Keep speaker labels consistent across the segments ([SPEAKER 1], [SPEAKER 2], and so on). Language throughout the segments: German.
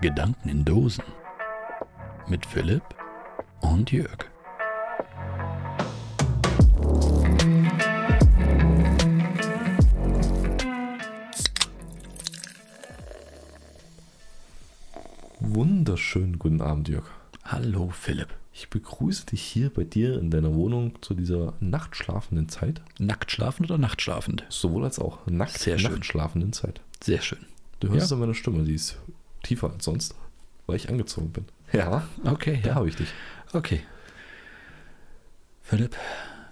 [SPEAKER 1] Gedanken in Dosen mit Philipp und Jörg.
[SPEAKER 2] Wunderschönen guten Abend, Jörg.
[SPEAKER 1] Hallo Philipp.
[SPEAKER 2] Ich begrüße dich hier bei dir in deiner Wohnung zu dieser nachtschlafenden Zeit.
[SPEAKER 1] Nackt schlafend oder nachtschlafend?
[SPEAKER 2] Sowohl als auch nackt
[SPEAKER 1] Sehr schön.
[SPEAKER 2] nachtschlafenden Zeit.
[SPEAKER 1] Sehr schön.
[SPEAKER 2] Du hörst
[SPEAKER 1] Ja.
[SPEAKER 2] es an meiner Stimme, die ist tiefer als sonst, weil ich angezogen bin. Ja,
[SPEAKER 1] Okay,
[SPEAKER 2] da habe ich dich.
[SPEAKER 1] Okay. Philipp,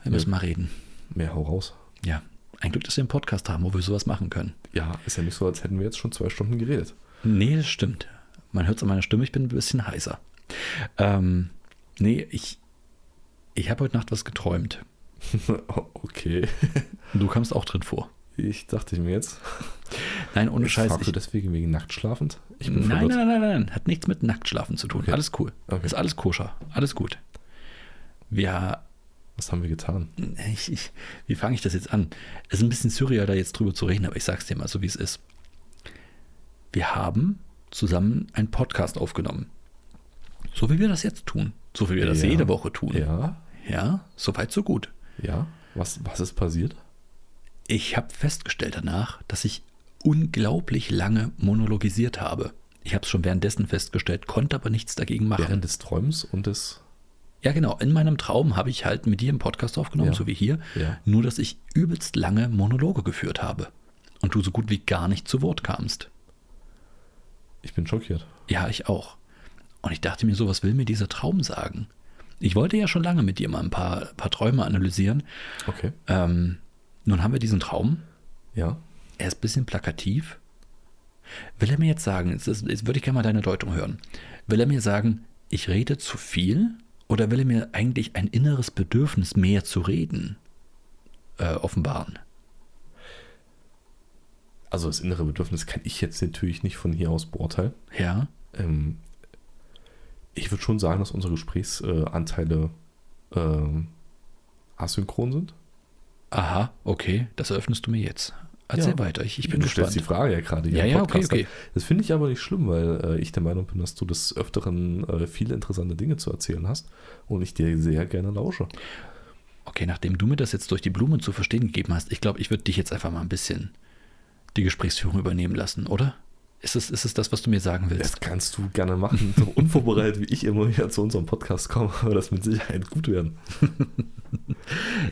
[SPEAKER 1] wir müssen mal reden.
[SPEAKER 2] Mehr hau raus.
[SPEAKER 1] Ja. Ein Glück, dass wir einen Podcast haben, wo wir sowas machen können.
[SPEAKER 2] Ja, ist ja nicht so, als hätten wir jetzt schon zwei Stunden geredet.
[SPEAKER 1] Nee, das stimmt. Man hört es an meiner Stimme, ich bin ein bisschen heiser. Ähm, nee, ich, ich habe heute Nacht was geträumt.
[SPEAKER 2] okay.
[SPEAKER 1] Du kamst auch drin vor.
[SPEAKER 2] Ich dachte mir jetzt.
[SPEAKER 1] Nein, ohne
[SPEAKER 2] jetzt
[SPEAKER 1] Scheiß.
[SPEAKER 2] fragst du
[SPEAKER 1] Ich,
[SPEAKER 2] deswegen wegen nachtschlafend? Ich bin
[SPEAKER 1] nein, nein,
[SPEAKER 2] verwirrt.
[SPEAKER 1] nein, nein, nein. Hat nichts mit Nacktschlafen zu tun.
[SPEAKER 2] Okay.
[SPEAKER 1] Alles cool.
[SPEAKER 2] Okay.
[SPEAKER 1] Ist alles koscher. Alles gut. Ja,
[SPEAKER 2] Was haben wir getan?
[SPEAKER 1] ich, ich, wie fange ich das jetzt an? Es ist ein bisschen surreal, da jetzt drüber zu reden, aber ich sag's dir mal so, wie es ist. Wir haben zusammen einen Podcast aufgenommen. So wie wir das jetzt tun. So wie wir das
[SPEAKER 2] Ja.
[SPEAKER 1] jede Woche tun.
[SPEAKER 2] Ja,
[SPEAKER 1] Ja, soweit so gut.
[SPEAKER 2] ja. Was, was ist passiert?
[SPEAKER 1] Ich habe festgestellt danach, dass ich unglaublich lange monologisiert habe. Ich habe es schon währenddessen festgestellt, konnte aber nichts dagegen machen.
[SPEAKER 2] Während des Träums und des.
[SPEAKER 1] Ja, genau. In meinem Traum habe ich halt mit dir im Podcast aufgenommen,
[SPEAKER 2] Ja.
[SPEAKER 1] so wie hier.
[SPEAKER 2] Ja.
[SPEAKER 1] Nur, dass ich übelst lange Monologe geführt habe. Und du so gut wie gar nicht zu Wort kamst.
[SPEAKER 2] Ich bin schockiert.
[SPEAKER 1] Ja, ich auch. Und ich dachte mir so, was will mir dieser Traum sagen? Ich wollte ja schon lange mit dir mal ein paar, paar Träume analysieren.
[SPEAKER 2] Okay.
[SPEAKER 1] Ähm, nun haben wir diesen Traum.
[SPEAKER 2] Ja.
[SPEAKER 1] Er ist ein bisschen plakativ. Will er mir jetzt sagen, jetzt, ist- jetzt würde ich gerne mal deine Deutung hören. Will er mir sagen, ich rede zu viel oder will er mir eigentlich ein inneres Bedürfnis, mehr zu reden, äh, offenbaren?
[SPEAKER 2] Also das innere Bedürfnis kann ich jetzt natürlich nicht von hier aus beurteilen.
[SPEAKER 1] Ja,
[SPEAKER 2] Ähm, ich würde schon sagen, dass unsere Gesprächsanteile ähm, asynchron sind.
[SPEAKER 1] aha, okay, das eröffnest du mir jetzt. Erzähl
[SPEAKER 2] Ja.
[SPEAKER 1] weiter, ich, ich bin
[SPEAKER 2] du stellst
[SPEAKER 1] gespannt.
[SPEAKER 2] die Frage ja gerade. hier
[SPEAKER 1] Ja,
[SPEAKER 2] im
[SPEAKER 1] ja, okay,
[SPEAKER 2] Podcast. ne?
[SPEAKER 1] okay.
[SPEAKER 2] Das finde ich aber nicht schlimm, weil äh, ich der Meinung bin, dass du des Öfteren äh, viele interessante Dinge zu erzählen hast und ich dir sehr gerne lausche.
[SPEAKER 1] Okay, nachdem du mir das jetzt durch die Blume zu verstehen gegeben hast, ich glaube, ich würde dich jetzt einfach mal ein bisschen die Gesprächsführung übernehmen lassen, oder? Ist es, ist es das, was du mir sagen willst?
[SPEAKER 2] Das kannst du gerne machen. So unvorbereitet, wie ich immer hier zu unserem Podcast komme, aber das mit Sicherheit gut werden.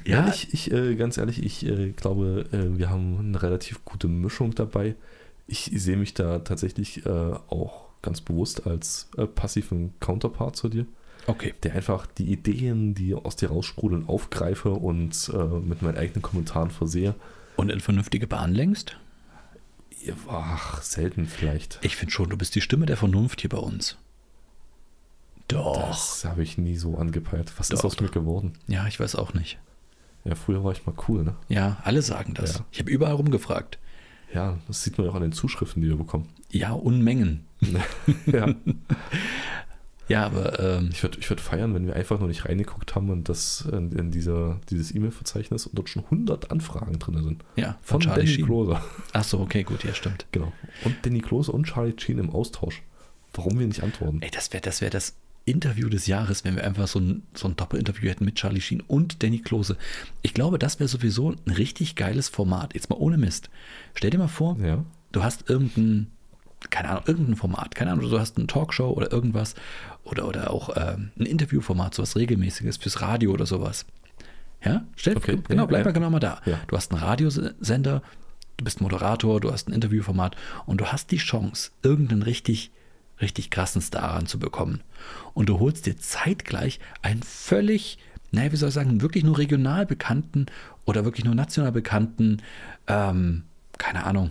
[SPEAKER 2] Ja, ich, ich äh, ganz ehrlich, ich äh, glaube, äh, wir haben eine relativ gute Mischung dabei. Ich sehe mich da tatsächlich äh, auch ganz bewusst als äh, passiven Counterpart zu dir,
[SPEAKER 1] okay.
[SPEAKER 2] der einfach die Ideen, die aus dir raussprudeln, aufgreife und äh, mit meinen eigenen Kommentaren versehe.
[SPEAKER 1] Und in vernünftige Bahn längst?
[SPEAKER 2] Ach, selten vielleicht.
[SPEAKER 1] Ich finde schon, du bist die Stimme der Vernunft hier bei uns. Doch.
[SPEAKER 2] Das habe ich nie so angepeilt. Was ist
[SPEAKER 1] Doch,
[SPEAKER 2] aus mir geworden?
[SPEAKER 1] Ja, ich weiß auch nicht.
[SPEAKER 2] Ja, früher war ich mal cool, ne?
[SPEAKER 1] Ja, alle sagen das.
[SPEAKER 2] Ja.
[SPEAKER 1] Ich habe überall rumgefragt.
[SPEAKER 2] Ja, das sieht man ja auch an den Zuschriften, die wir bekommen.
[SPEAKER 1] Ja, Unmengen.
[SPEAKER 2] ja.
[SPEAKER 1] Ja, aber ähm,
[SPEAKER 2] Ich würde ich würd feiern, wenn wir einfach nur nicht reingeguckt haben und das in, in dieser, dieses E-Mail-Verzeichnis und dort schon 100 Anfragen drin sind.
[SPEAKER 1] ja, von
[SPEAKER 2] Von
[SPEAKER 1] Charlie
[SPEAKER 2] Danny
[SPEAKER 1] Sheen.
[SPEAKER 2] Klose.
[SPEAKER 1] Ach so, okay, gut, ja, stimmt.
[SPEAKER 2] Genau. Und Danny Klose und Charlie Sheen im Austausch. Warum wir nicht antworten?
[SPEAKER 1] Ey, das wäre das, wär das Interview des Jahres, wenn wir einfach so ein, so ein Doppelinterview hätten mit Charlie Sheen und Danny Klose. Ich glaube, das wäre sowieso ein richtig geiles Format. Jetzt mal ohne Mist. Stell dir mal vor,
[SPEAKER 2] Ja.
[SPEAKER 1] du hast irgendein, keine Ahnung, irgendein Format, keine Ahnung, du hast eine Talkshow oder irgendwas oder, oder auch ähm, ein Interviewformat, sowas regelmäßiges fürs Radio oder sowas. Ja, stell,
[SPEAKER 2] Okay,
[SPEAKER 1] genau,
[SPEAKER 2] ja,
[SPEAKER 1] bleib
[SPEAKER 2] ja.
[SPEAKER 1] mal genau mal da.
[SPEAKER 2] Ja.
[SPEAKER 1] Du hast einen Radiosender, du bist Moderator, du hast ein Interviewformat und du hast die Chance, irgendeinen richtig, richtig krassen Star ranzubekommen. Und du holst dir zeitgleich einen völlig, naja, wie soll ich sagen, wirklich nur regional bekannten oder wirklich nur national bekannten, ähm, keine Ahnung,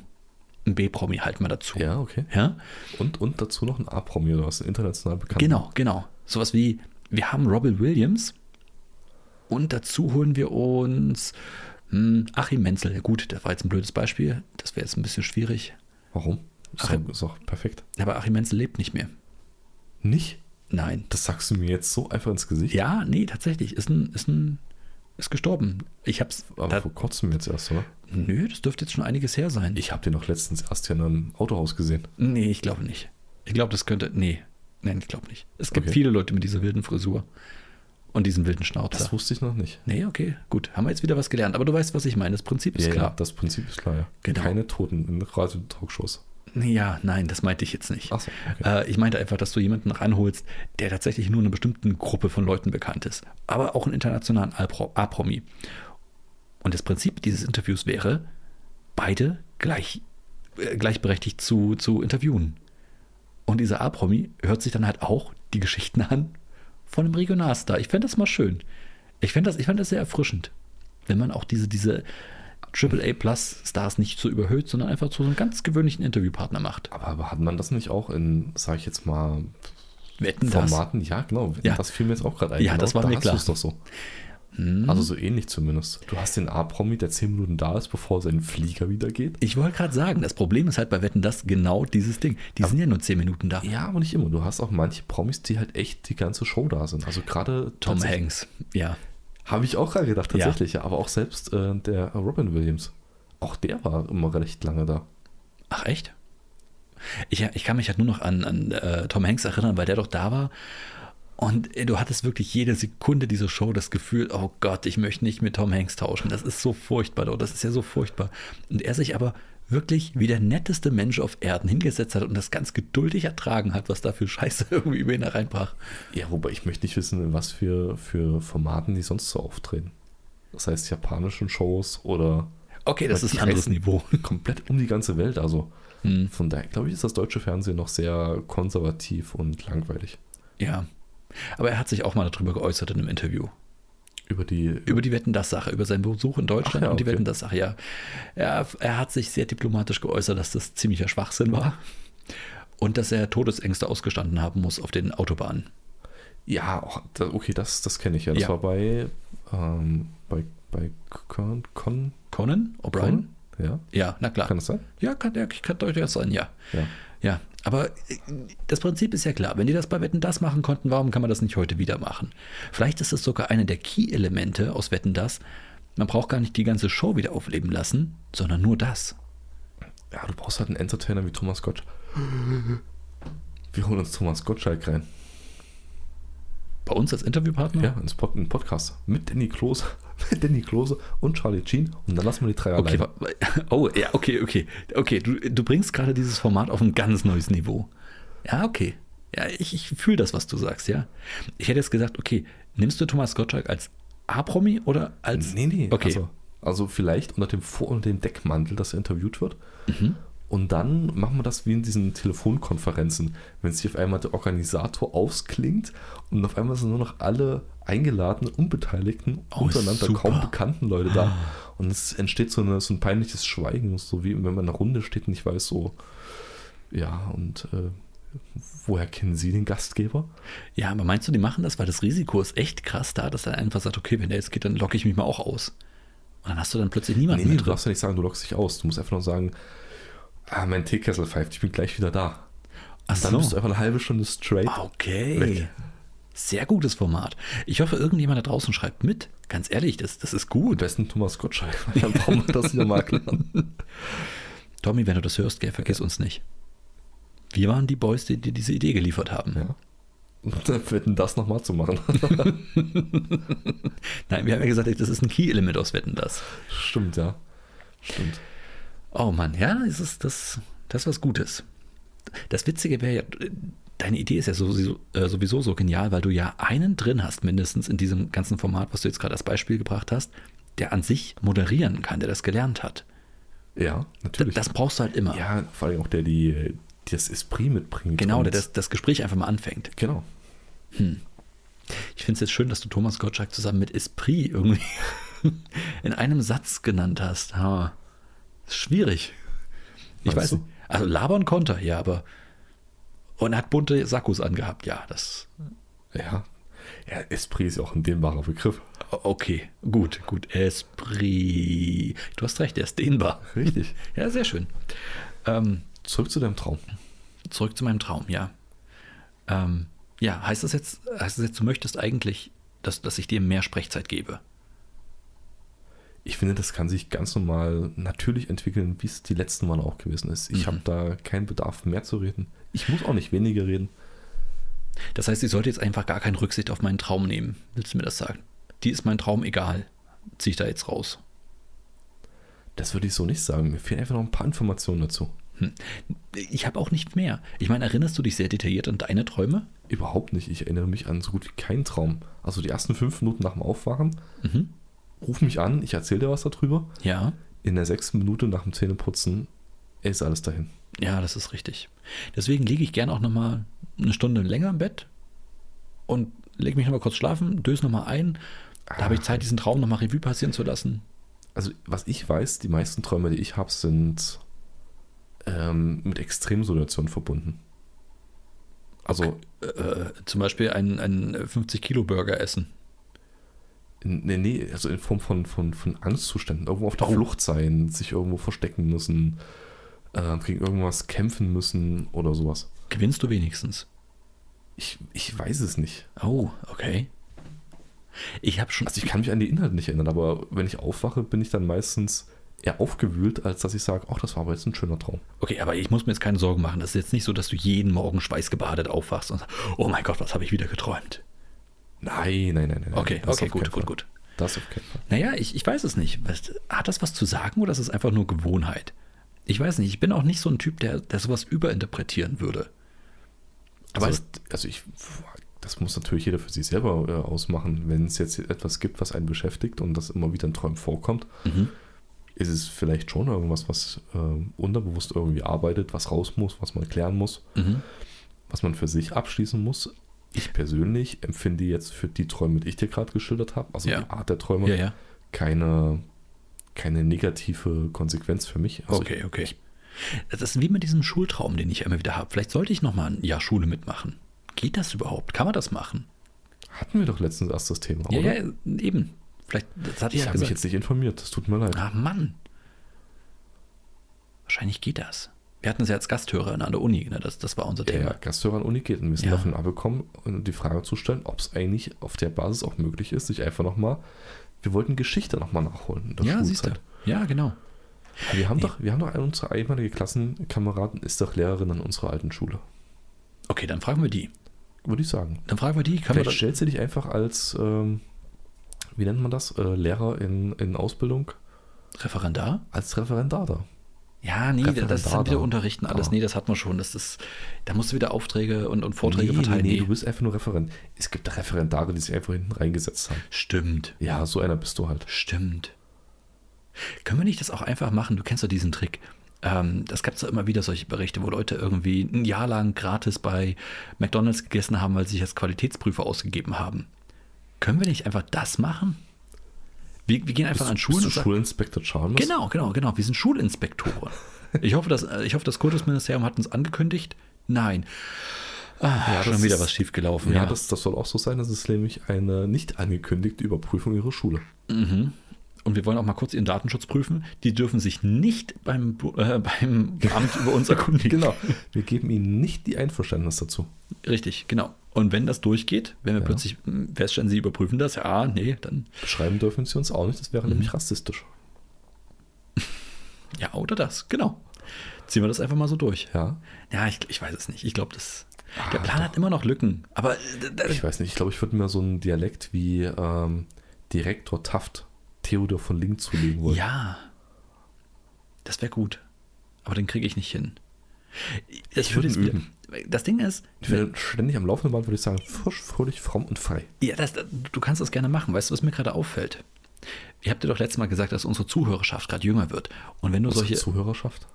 [SPEAKER 1] ein B-Promi halt mal dazu.
[SPEAKER 2] Ja, okay.
[SPEAKER 1] Ja?
[SPEAKER 2] Und, und dazu noch ein A-Promi oder was, ein international bekannt.
[SPEAKER 1] Genau, genau. Sowas wie, wir haben Robin Williams und dazu holen wir uns hm, Achim Menzel. Ja, Gut, das war jetzt ein blödes Beispiel. Das wäre jetzt ein bisschen schwierig.
[SPEAKER 2] Warum? Ist
[SPEAKER 1] Ach.
[SPEAKER 2] doch, ist doch perfekt.
[SPEAKER 1] Aber Achim Menzel lebt nicht mehr.
[SPEAKER 2] Nicht?
[SPEAKER 1] Nein.
[SPEAKER 2] Das sagst du mir jetzt so einfach ins Gesicht.
[SPEAKER 1] Ja, nee, tatsächlich. Ist ein, ist ein, ist gestorben. Ich hab's.
[SPEAKER 2] Aber
[SPEAKER 1] da,
[SPEAKER 2] vor kurzem jetzt erst, oder?
[SPEAKER 1] nö, das dürfte jetzt schon einiges her sein.
[SPEAKER 2] Ich habe den noch letztens erst hier in einem Autohaus gesehen.
[SPEAKER 1] nee, ich glaube nicht. Ich glaube, das könnte. Nee, nein, ich glaube nicht. Es gibt
[SPEAKER 2] Okay.
[SPEAKER 1] viele Leute mit dieser wilden Frisur und diesem wilden
[SPEAKER 2] Das
[SPEAKER 1] Schnauzer.
[SPEAKER 2] wusste ich noch nicht.
[SPEAKER 1] Nee, okay, gut. Haben wir jetzt wieder was gelernt. Aber du weißt, was ich meine. Das Prinzip ist
[SPEAKER 2] ja,
[SPEAKER 1] klar.
[SPEAKER 2] ja, das Prinzip ist klar, ja.
[SPEAKER 1] Genau.
[SPEAKER 2] Keine Toten in Radio-Talkshows.
[SPEAKER 1] Ja, nein, das meinte ich jetzt nicht.
[SPEAKER 2] Ach so,
[SPEAKER 1] äh, ich meinte einfach, dass du jemanden ranholst, der tatsächlich nur einer bestimmten Gruppe von Leuten bekannt ist, aber auch einen internationalen Alpro- A-Promi. Und das Prinzip dieses Interviews wäre, beide gleich, äh, gleichberechtigt zu, zu interviewen. Und dieser A-Promi hört sich dann halt auch die Geschichten an von einem Regionalstar. Ich fände das mal schön. Ich fände das, ich fänd das sehr erfrischend, wenn man auch diese, diese AAA-Plus-Stars nicht so überhöht, sondern einfach zu so einem ganz gewöhnlichen Interviewpartner macht.
[SPEAKER 2] Aber, aber hat man das nicht auch in, sag ich jetzt mal,
[SPEAKER 1] Wetten das?
[SPEAKER 2] Formaten? Ja, genau.
[SPEAKER 1] Ja.
[SPEAKER 2] Das fiel mir jetzt auch gerade ein.
[SPEAKER 1] Ja,
[SPEAKER 2] genau,
[SPEAKER 1] das war
[SPEAKER 2] da
[SPEAKER 1] mir
[SPEAKER 2] hast
[SPEAKER 1] klar. Mhm.
[SPEAKER 2] du's doch so. Also so ähnlich zumindest. Du hast den A-Promi, der 10 Minuten da ist, bevor sein Flieger wieder geht.
[SPEAKER 1] Ich wollte gerade sagen, das Problem ist halt bei Wetten das genau dieses Ding. Die sind ja nur 10 Minuten da.
[SPEAKER 2] Ja, aber nicht immer. Du hast auch manche Promis, die halt echt die ganze Show da sind. Also gerade
[SPEAKER 1] Tom
[SPEAKER 2] tatsächlich-
[SPEAKER 1] Hanks, ja.
[SPEAKER 2] Habe ich auch gerade gedacht,
[SPEAKER 1] Ja.
[SPEAKER 2] tatsächlich. Ja. Aber auch selbst äh, der Robin Williams. Auch der war immer recht lange da.
[SPEAKER 1] Ach echt? Ich, ich kann mich halt nur noch an, an äh, Tom Hanks erinnern, weil der doch da war. Und äh, du hattest wirklich jede Sekunde dieser Show das Gefühl, oh Gott, ich möchte nicht mit Tom Hanks tauschen. Das ist so furchtbar, doch. Das ist ja so furchtbar. Und er sich aber wirklich wie der netteste Mensch auf Erden hingesetzt hat und das ganz geduldig ertragen hat, was da für Scheiße irgendwie über ihn hereinbrach.
[SPEAKER 2] Ja, wobei ich möchte nicht wissen, in was für, für Formaten die sonst so auftreten. Das heißt, japanischen Shows oder
[SPEAKER 1] Okay, das
[SPEAKER 2] Aber
[SPEAKER 1] ist
[SPEAKER 2] die
[SPEAKER 1] ein anderes
[SPEAKER 2] heißen-
[SPEAKER 1] Niveau.
[SPEAKER 2] komplett um die ganze Welt. Also von daher glaube ich, ist das deutsche Fernsehen noch sehr konservativ und langweilig.
[SPEAKER 1] Ja. Aber er hat sich auch mal darüber geäußert in einem Interview.
[SPEAKER 2] Über die.
[SPEAKER 1] Über die Wetten das Sache, über seinen Besuch in Deutschland
[SPEAKER 2] Ach ja,
[SPEAKER 1] und die
[SPEAKER 2] okay.
[SPEAKER 1] Wetten das Sache, ja. Er, er hat sich sehr diplomatisch geäußert, dass das ziemlicher Schwachsinn war. Und dass er Todesängste ausgestanden haben muss auf den Autobahnen.
[SPEAKER 2] Ja, auch, da, okay, das, das kenne ich ja. Das
[SPEAKER 1] Ja.
[SPEAKER 2] war bei. Ähm, bei. bei Con. Con
[SPEAKER 1] Conan? O'Brien?
[SPEAKER 2] Con? Ja,
[SPEAKER 1] Ja, na klar.
[SPEAKER 2] kann das sein?
[SPEAKER 1] Ja, kann, der, kann durchaus sein, ja.
[SPEAKER 2] Ja.
[SPEAKER 1] Ja, aber äh, das Prinzip ist ja klar. Wenn die das bei Wetten das machen konnten, warum kann man das nicht heute wieder machen? Vielleicht ist es sogar eine der Key-Elemente aus Wetten das. Man braucht gar nicht die ganze Show wieder aufleben lassen, sondern nur das.
[SPEAKER 2] Ja, du brauchst halt einen Entertainer wie Thomas Gottschalk. Wir holen uns Thomas Gottschalk rein.
[SPEAKER 1] Bei uns als Interviewpartner?
[SPEAKER 2] Ja, ins Pod, in den Podcast. Mit Danny Klose. Mit Danny Klose und Charlie Sheen. Und dann lassen wir die drei
[SPEAKER 1] Okay,
[SPEAKER 2] allein.
[SPEAKER 1] wa- wa- oh, ja, okay, okay. Okay, du, du bringst gerade dieses Format auf ein ganz neues Niveau. Ja, okay. Ja, ich, ich fühle das, was du sagst, ja. Ich hätte jetzt gesagt, okay, nimmst du Thomas Gottschalk als A-Promi oder als.
[SPEAKER 2] Nee, nee.
[SPEAKER 1] Okay.
[SPEAKER 2] Also, also vielleicht unter dem Vor- und dem Deckmantel, dass er interviewt wird.
[SPEAKER 1] Mhm.
[SPEAKER 2] Und dann machen wir das wie in diesen Telefonkonferenzen, wenn sich auf einmal der Organisator ausklingt und auf einmal sind nur noch alle eingeladenen, unbeteiligten,
[SPEAKER 1] Oh,
[SPEAKER 2] untereinander
[SPEAKER 1] super. Ah.
[SPEAKER 2] kaum bekannten Leute da. Und es entsteht so, eine, so ein peinliches Schweigen, so wie wenn man in einer Runde steht und ich weiß so, ja, und äh, woher kennen Sie den Gastgeber?
[SPEAKER 1] Ja, aber meinst du, die machen das, weil das Risiko ist echt krass da, dass er einfach sagt, okay, wenn der jetzt geht, dann locke ich mich mal auch aus. Und dann hast du dann plötzlich niemanden
[SPEAKER 2] Nee, nee,
[SPEAKER 1] mehr
[SPEAKER 2] du
[SPEAKER 1] drin.
[SPEAKER 2] darfst ja nicht sagen, du lockst dich aus. Du musst einfach nur sagen, ah, mein Teekessel pfeift, ich bin gleich wieder da.
[SPEAKER 1] Ach
[SPEAKER 2] Dann bist du einfach eine halbe Stunde straight.
[SPEAKER 1] Okay.
[SPEAKER 2] Weg.
[SPEAKER 1] Sehr gutes Format. Ich hoffe, irgendjemand da draußen schreibt mit. Ganz ehrlich, das, das ist gut.
[SPEAKER 2] Am besten Thomas Gottschalk, weil dann brauchen wir das wieder mal klären.
[SPEAKER 1] Tommy, wenn du das hörst, gell, vergiss uns nicht. Wir waren die Boys, die, die diese Idee geliefert haben.
[SPEAKER 2] Ja. Und dann wetten, das nochmal zu machen.
[SPEAKER 1] Nein, wir haben ja gesagt, das ist ein Key-Element aus Wetten das.
[SPEAKER 2] Stimmt, ja. Stimmt.
[SPEAKER 1] Oh Mann, ja, es ist das, das ist was Gutes. Das Witzige wäre ja, deine Idee ist ja sowieso, äh, sowieso so genial, weil du ja einen drin hast, mindestens in diesem ganzen Format, was du jetzt gerade als Beispiel gebracht hast, der an sich moderieren kann, der das gelernt hat.
[SPEAKER 2] Ja,
[SPEAKER 1] D-
[SPEAKER 2] natürlich.
[SPEAKER 1] Das brauchst du halt immer.
[SPEAKER 2] ja, vor allem auch der, die, die das Esprit mitbringt.
[SPEAKER 1] genau,
[SPEAKER 2] Und-
[SPEAKER 1] der das, das Gespräch einfach mal anfängt.
[SPEAKER 2] Genau.
[SPEAKER 1] Ich finde es jetzt schön, dass du Thomas Gottschalk zusammen mit Esprit irgendwie in einem Satz genannt hast. Ha. Ist schwierig. Ich
[SPEAKER 2] Meinst
[SPEAKER 1] weiß
[SPEAKER 2] du?
[SPEAKER 1] nicht. Also labern konnte er, ja, aber. Und er hat bunte Sakkos angehabt, ja, das.
[SPEAKER 2] Ja. Ja, Esprit ist ja auch ein dehnbarer Begriff.
[SPEAKER 1] o- Okay, gut, gut. Esprit. Du hast recht, er ist dehnbar.
[SPEAKER 2] Richtig.
[SPEAKER 1] Ja, sehr schön. Ähm,
[SPEAKER 2] Zurück zu deinem Traum.
[SPEAKER 1] zurück zu meinem Traum, ja. Ähm, ja, heißt das jetzt, heißt das jetzt, du möchtest eigentlich, dass, dass ich dir mehr Sprechzeit gebe?
[SPEAKER 2] ich finde, das kann sich ganz normal natürlich entwickeln, wie es die letzten Male auch gewesen ist. Ich
[SPEAKER 1] Mhm.
[SPEAKER 2] habe da keinen Bedarf mehr zu reden. Ich muss auch nicht weniger reden.
[SPEAKER 1] Das heißt, ich sollte jetzt einfach gar keine Rücksicht auf meinen Traum nehmen. Willst du mir das sagen? Die ist mein Traum egal. Zieh ich da jetzt raus.
[SPEAKER 2] Das würde ich so nicht sagen. Mir fehlen einfach noch ein paar Informationen dazu.
[SPEAKER 1] Hm. Ich habe auch nicht mehr. Ich meine, erinnerst du dich sehr detailliert an deine Träume?
[SPEAKER 2] Überhaupt nicht. Ich erinnere mich an so gut wie keinen Traum. Also die ersten fünf Minuten nach dem Aufwachen,
[SPEAKER 1] Mhm.
[SPEAKER 2] ruf mich an, ich erzähle dir was darüber.
[SPEAKER 1] Ja.
[SPEAKER 2] In der sechsten Minute nach dem Zähneputzen ist alles dahin.
[SPEAKER 1] Ja, das ist richtig. Deswegen liege ich gern auch nochmal eine Stunde länger im Bett und lege mich nochmal kurz schlafen, döse nochmal ein. Da habe ich Zeit, diesen Traum nochmal Revue passieren zu lassen.
[SPEAKER 2] Also was ich weiß, die meisten Träume, die ich habe, sind ähm, mit Extremsituationen verbunden. Also
[SPEAKER 1] Äh, zum Beispiel einen, einen 50-Kilo-Burger essen.
[SPEAKER 2] In, nee, nee, also in Form von, von, von Angstzuständen. Irgendwo auf der
[SPEAKER 1] Oh.
[SPEAKER 2] Flucht sein, sich irgendwo verstecken müssen, äh, gegen irgendwas kämpfen müssen oder sowas.
[SPEAKER 1] Gewinnst du wenigstens.
[SPEAKER 2] Ich, ich weiß es nicht.
[SPEAKER 1] Oh, okay. Ich habe schon.
[SPEAKER 2] Also ich kann mich an die Inhalte nicht erinnern, aber wenn ich aufwache, bin ich dann meistens eher aufgewühlt, als dass ich sage, ach, das war aber jetzt ein schöner Traum.
[SPEAKER 1] Okay, aber ich muss mir jetzt keine Sorgen machen. Das ist jetzt nicht so, dass du jeden Morgen schweißgebadet aufwachst und sagst, oh mein Gott, was habe ich wieder geträumt?
[SPEAKER 2] Nein, nein, nein, nein.
[SPEAKER 1] Okay,
[SPEAKER 2] das
[SPEAKER 1] okay,
[SPEAKER 2] auf
[SPEAKER 1] gut,
[SPEAKER 2] keinen
[SPEAKER 1] gut,
[SPEAKER 2] Fall.
[SPEAKER 1] gut.
[SPEAKER 2] Das auf keinen Fall.
[SPEAKER 1] Naja, ich, ich weiß es nicht. Was, hat das was zu sagen oder ist es einfach nur Gewohnheit? Ich weiß nicht. Ich bin auch nicht so ein Typ, der, der sowas überinterpretieren würde. Aber
[SPEAKER 2] also, also ich, das muss natürlich jeder für sich selber äh, ausmachen. Wenn es jetzt etwas gibt, was einen beschäftigt und das immer wieder in Träumen vorkommt,
[SPEAKER 1] es, mhm.
[SPEAKER 2] ist es vielleicht schon irgendwas, was ähm, unterbewusst irgendwie arbeitet, was raus muss, was man klären muss,
[SPEAKER 1] Mhm.
[SPEAKER 2] was man für sich abschließen muss. Ich persönlich empfinde jetzt für die Träume, die ich dir gerade geschildert habe, also
[SPEAKER 1] Ja.
[SPEAKER 2] die Art der Träume,
[SPEAKER 1] ja, ja.
[SPEAKER 2] Keine, keine negative Konsequenz für mich. Also
[SPEAKER 1] Okay, okay. Das ist wie mit diesem Schultraum, den ich ja immer wieder habe. Vielleicht sollte ich nochmal ein Jahr Schule mitmachen. Geht das überhaupt? Kann man das machen?
[SPEAKER 2] Hatten wir doch letztens erst das Thema,
[SPEAKER 1] Ja,
[SPEAKER 2] oder?
[SPEAKER 1] ja, eben. Vielleicht, das hatte ich,
[SPEAKER 2] Ich
[SPEAKER 1] ja
[SPEAKER 2] habe mich
[SPEAKER 1] gesagt.
[SPEAKER 2] jetzt nicht informiert, das tut mir leid.
[SPEAKER 1] Ah, Mann. Wahrscheinlich geht das. Wir hatten es ja als Gasthörer an der Uni, ne? das, das war unser
[SPEAKER 2] Der
[SPEAKER 1] Thema.
[SPEAKER 2] Gasthörer an Uni geht ein bisschen
[SPEAKER 1] Ja.
[SPEAKER 2] davon abbekommen und um die Frage zu stellen, ob es eigentlich auf der Basis auch möglich ist, sich einfach nochmal. Wir wollten Geschichte nochmal nachholen. in der
[SPEAKER 1] Ja, siehst du.
[SPEAKER 2] Schulzeit.
[SPEAKER 1] Ja, genau.
[SPEAKER 2] Ja, Wir haben,
[SPEAKER 1] Nee.
[SPEAKER 2] doch, wir haben doch einen unserer ehemaligen Klassenkameraden, ist doch Lehrerin an unserer alten Schule.
[SPEAKER 1] Okay, dann fragen wir die.
[SPEAKER 2] Würde ich sagen.
[SPEAKER 1] Dann fragen wir die. Können wir
[SPEAKER 2] Vielleicht
[SPEAKER 1] das,
[SPEAKER 2] stellst du dich einfach als, ähm, wie nennt man das, äh, Lehrer in, in Ausbildung,
[SPEAKER 1] Referendar?
[SPEAKER 2] als Referendar da.
[SPEAKER 1] Ja, nee,
[SPEAKER 2] Referendar
[SPEAKER 1] das ist dann wieder
[SPEAKER 2] da. Ah.
[SPEAKER 1] Unterrichten alles.
[SPEAKER 2] Da.
[SPEAKER 1] Nee, das hatten wir schon. Das ist, da musst du wieder Aufträge und, und Vorträge
[SPEAKER 2] Nee,
[SPEAKER 1] verteilen.
[SPEAKER 2] nee,
[SPEAKER 1] Nee,
[SPEAKER 2] nee, du bist einfach nur Referent. Es gibt Referendare, die sich einfach hinten reingesetzt haben.
[SPEAKER 1] Stimmt,
[SPEAKER 2] Ja, so einer bist du halt.
[SPEAKER 1] stimmt. Können wir nicht das auch einfach machen? Du kennst doch diesen Trick. Ähm, das gab es immer wieder solche Berichte, wo Leute irgendwie ein Jahr lang gratis bei McDonalds gegessen haben, weil sie sich als Qualitätsprüfer ausgegeben haben. Können wir nicht einfach das machen? Wir, wir gehen einfach an Schulen
[SPEAKER 2] bist du
[SPEAKER 1] und sagen,
[SPEAKER 2] Schulinspektor Chalmers?
[SPEAKER 1] Genau, genau, genau. Wir sind Schulinspektoren. Ich hoffe, dass, äh, ich hoffe, das Kultusministerium hat uns angekündigt. Nein. Ah,
[SPEAKER 2] Ja,
[SPEAKER 1] schon
[SPEAKER 2] das
[SPEAKER 1] wieder
[SPEAKER 2] ist-
[SPEAKER 1] was schiefgelaufen.
[SPEAKER 2] Ja,
[SPEAKER 1] Ja,
[SPEAKER 2] Das, das soll auch so sein. Das ist nämlich eine nicht angekündigte Überprüfung ihrer Schule.
[SPEAKER 1] mhm. Und wir wollen auch mal kurz ihren Datenschutz prüfen. Die dürfen sich nicht beim, Bu- äh, beim Amt über uns erkundigen.
[SPEAKER 2] Genau. Wir geben ihnen nicht die Einverständnis dazu.
[SPEAKER 1] Richtig, genau. Und wenn das durchgeht, wenn wir
[SPEAKER 2] Ja.
[SPEAKER 1] plötzlich mh, feststellen, sie überprüfen das, ja, nee, dann
[SPEAKER 2] Beschreiben dürfen sie uns auch nicht. Das wäre
[SPEAKER 1] Mhm.
[SPEAKER 2] nämlich rassistisch.
[SPEAKER 1] ja oder das, genau. Ziehen wir das einfach mal so durch.
[SPEAKER 2] Ja.
[SPEAKER 1] Ja, ich, ich weiß es nicht. Ich glaube, das.
[SPEAKER 2] Ah,
[SPEAKER 1] Der Plan hat immer noch Lücken. Aber äh, d-
[SPEAKER 2] Ich weiß nicht, ich glaube, ich würde mir so einen Dialekt wie ähm, Direktor Taft Theodor von Link zulegen wollen.
[SPEAKER 1] Ja. Das wäre gut. Aber den kriege ich nicht hin. Das,
[SPEAKER 2] Ich würd
[SPEAKER 1] Ding
[SPEAKER 2] ihn
[SPEAKER 1] ist- das Ding ist,
[SPEAKER 2] Ich wäre ständig am Laufenden Band, würde ich sagen, frisch, fröhlich, fromm und frei.
[SPEAKER 1] ja, das, du kannst das gerne machen. Weißt du, was mir gerade auffällt? Ich habe dir doch letztes Mal gesagt, dass unsere Zuhörerschaft gerade jünger wird. Und wenn du
[SPEAKER 2] Unsere
[SPEAKER 1] solche.
[SPEAKER 2] Zuhörerschaft?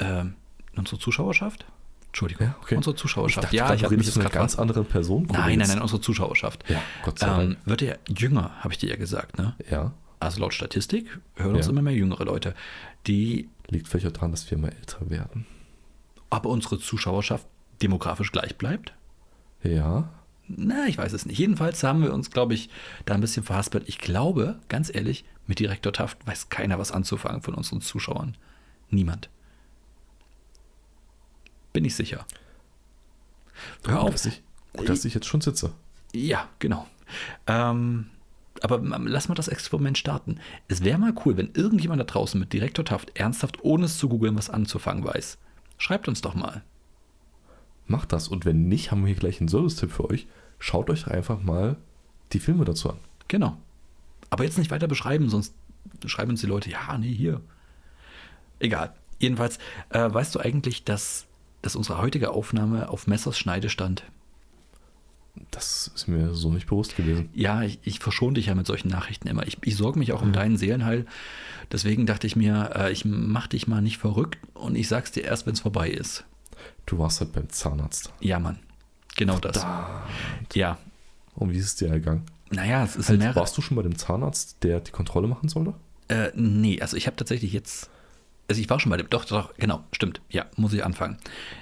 [SPEAKER 1] ähm, unsere Zuschauerschaft? Entschuldigung.
[SPEAKER 2] Ja, okay.
[SPEAKER 1] Unsere Zuschauerschaft.
[SPEAKER 2] dachte gerade,
[SPEAKER 1] ja, ich
[SPEAKER 2] du
[SPEAKER 1] habe mich
[SPEAKER 2] redest
[SPEAKER 1] jetzt
[SPEAKER 2] von einer
[SPEAKER 1] gerade
[SPEAKER 2] ganz
[SPEAKER 1] ganz.
[SPEAKER 2] anderen Person.
[SPEAKER 1] Nein, nein, nein, unsere Zuschauerschaft.
[SPEAKER 2] Ja, Gott sei
[SPEAKER 1] ähm, wird ja jünger, habe ich dir ja gesagt, ne?
[SPEAKER 2] Ja,
[SPEAKER 1] Also laut Statistik hören uns
[SPEAKER 2] Ja.
[SPEAKER 1] immer mehr jüngere Leute, die
[SPEAKER 2] liegt vielleicht auch daran, dass wir immer älter werden.
[SPEAKER 1] aber unsere Zuschauerschaft demografisch gleich bleibt?
[SPEAKER 2] Ja,
[SPEAKER 1] Na, ich weiß es nicht. Jedenfalls haben wir uns, glaube ich, da ein bisschen verhaspelt. Ich glaube, ganz ehrlich, mit Direktor Taft weiß keiner was anzufangen von unseren Zuschauern. Niemand. Bin ich sicher. Hör
[SPEAKER 2] gut,
[SPEAKER 1] auf. Äh,
[SPEAKER 2] Dass ich, gut, dass ich jetzt schon sitze.
[SPEAKER 1] Ja, genau. Ähm, aber lass mal das Experiment starten. Es wäre mal cool, wenn irgendjemand da draußen mit Direktor Taft ernsthaft, ohne es zu googeln, was anzufangen weiß. Schreibt uns doch mal.
[SPEAKER 2] Macht das. Und wenn nicht, haben wir hier gleich einen Service-Tipp für euch. Schaut euch einfach mal die Filme dazu an.
[SPEAKER 1] Genau. Aber jetzt nicht weiter beschreiben, sonst schreiben uns die Leute, ja, nee, hier. Egal. Jedenfalls, äh, weißt du eigentlich, dass, dass unsere heutige Aufnahme auf Messers Schneide stand?
[SPEAKER 2] Das ist mir so nicht bewusst gewesen.
[SPEAKER 1] Ja, ich, ich verschone dich ja mit solchen Nachrichten immer. Ich, ich sorge mich auch um deinen Seelenheil. Deswegen dachte ich mir, äh, ich mach dich mal nicht verrückt und ich sag's dir erst, wenn's vorbei ist.
[SPEAKER 2] Du warst halt beim Zahnarzt.
[SPEAKER 1] Ja, Mann. Genau das. Ja.
[SPEAKER 2] Und wie ist es dir ergangen?
[SPEAKER 1] Naja, es ist
[SPEAKER 2] Halt,
[SPEAKER 1] mehrere.
[SPEAKER 2] warst du schon bei dem Zahnarzt, der die Kontrolle machen sollte?
[SPEAKER 1] Äh, nee, also ich habe tatsächlich jetzt. Also ich war schon bei dem. Doch, doch, genau, stimmt. Ja, muss ich anfangen.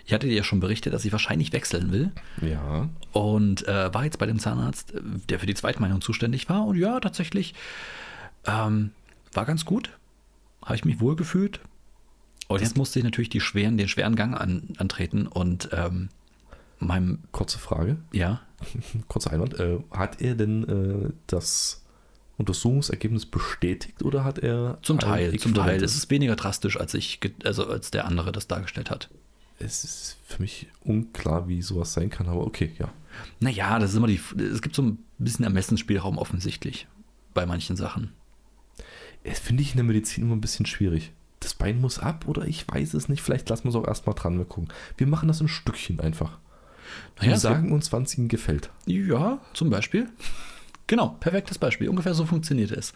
[SPEAKER 1] Ich hatte dir ja schon berichtet, dass ich wahrscheinlich wechseln will.
[SPEAKER 2] Ja.
[SPEAKER 1] und äh, war jetzt bei dem Zahnarzt, äh, der für die Zweitmeinung zuständig war. Und ja, tatsächlich ähm, war ganz gut. Habe ich mich wohl gefühlt. Und jetzt musste ich natürlich die schweren, den schweren Gang an, antreten und ähm, meinem,
[SPEAKER 2] Kurze Frage,
[SPEAKER 1] ja,
[SPEAKER 2] kurzer Einwand. Äh, hat er denn äh, das Untersuchungsergebnis bestätigt oder hat er.
[SPEAKER 1] zum
[SPEAKER 2] ein
[SPEAKER 1] Teil, zum Teil.
[SPEAKER 2] äquivalentes?
[SPEAKER 1] Es ist weniger drastisch, als ich, ge- also als der andere das dargestellt hat.
[SPEAKER 2] Es ist für mich unklar, wie sowas sein kann, aber okay, ja.
[SPEAKER 1] Naja, das ist immer die, es gibt so ein bisschen Ermessensspielraum offensichtlich bei manchen Sachen.
[SPEAKER 2] Das finde ich in der Medizin immer ein bisschen schwierig. Das Bein muss ab oder ich weiß es nicht. Vielleicht lassen wir es auch erstmal dran. Wir gucken. Wir machen das in Stückchen einfach. Wir
[SPEAKER 1] Naja, es gibt-
[SPEAKER 2] sagen uns, wann es ihnen gefällt.
[SPEAKER 1] Ja, zum Beispiel. Genau, perfektes Beispiel. Ungefähr so funktioniert es.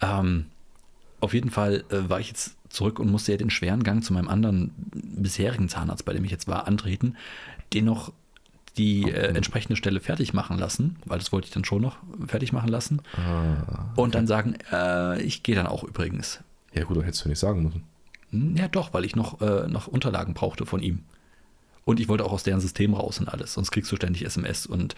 [SPEAKER 1] Ähm, auf jeden Fall äh, war ich jetzt zurück und musste ja den schweren Gang zu meinem anderen bisherigen Zahnarzt, bei dem ich jetzt war, antreten, den noch die äh, entsprechende Stelle fertig machen lassen, weil das wollte ich dann schon noch fertig machen lassen. Und dann sagen, äh, ich gehe dann auch übrigens.
[SPEAKER 2] Ah. Ja, gut, das hättest du nicht sagen müssen.
[SPEAKER 1] Hm, Ja, doch, weil ich noch, äh, noch Unterlagen brauchte von ihm. Und ich wollte auch aus deren System raus und alles. Sonst kriegst du ständig SMS und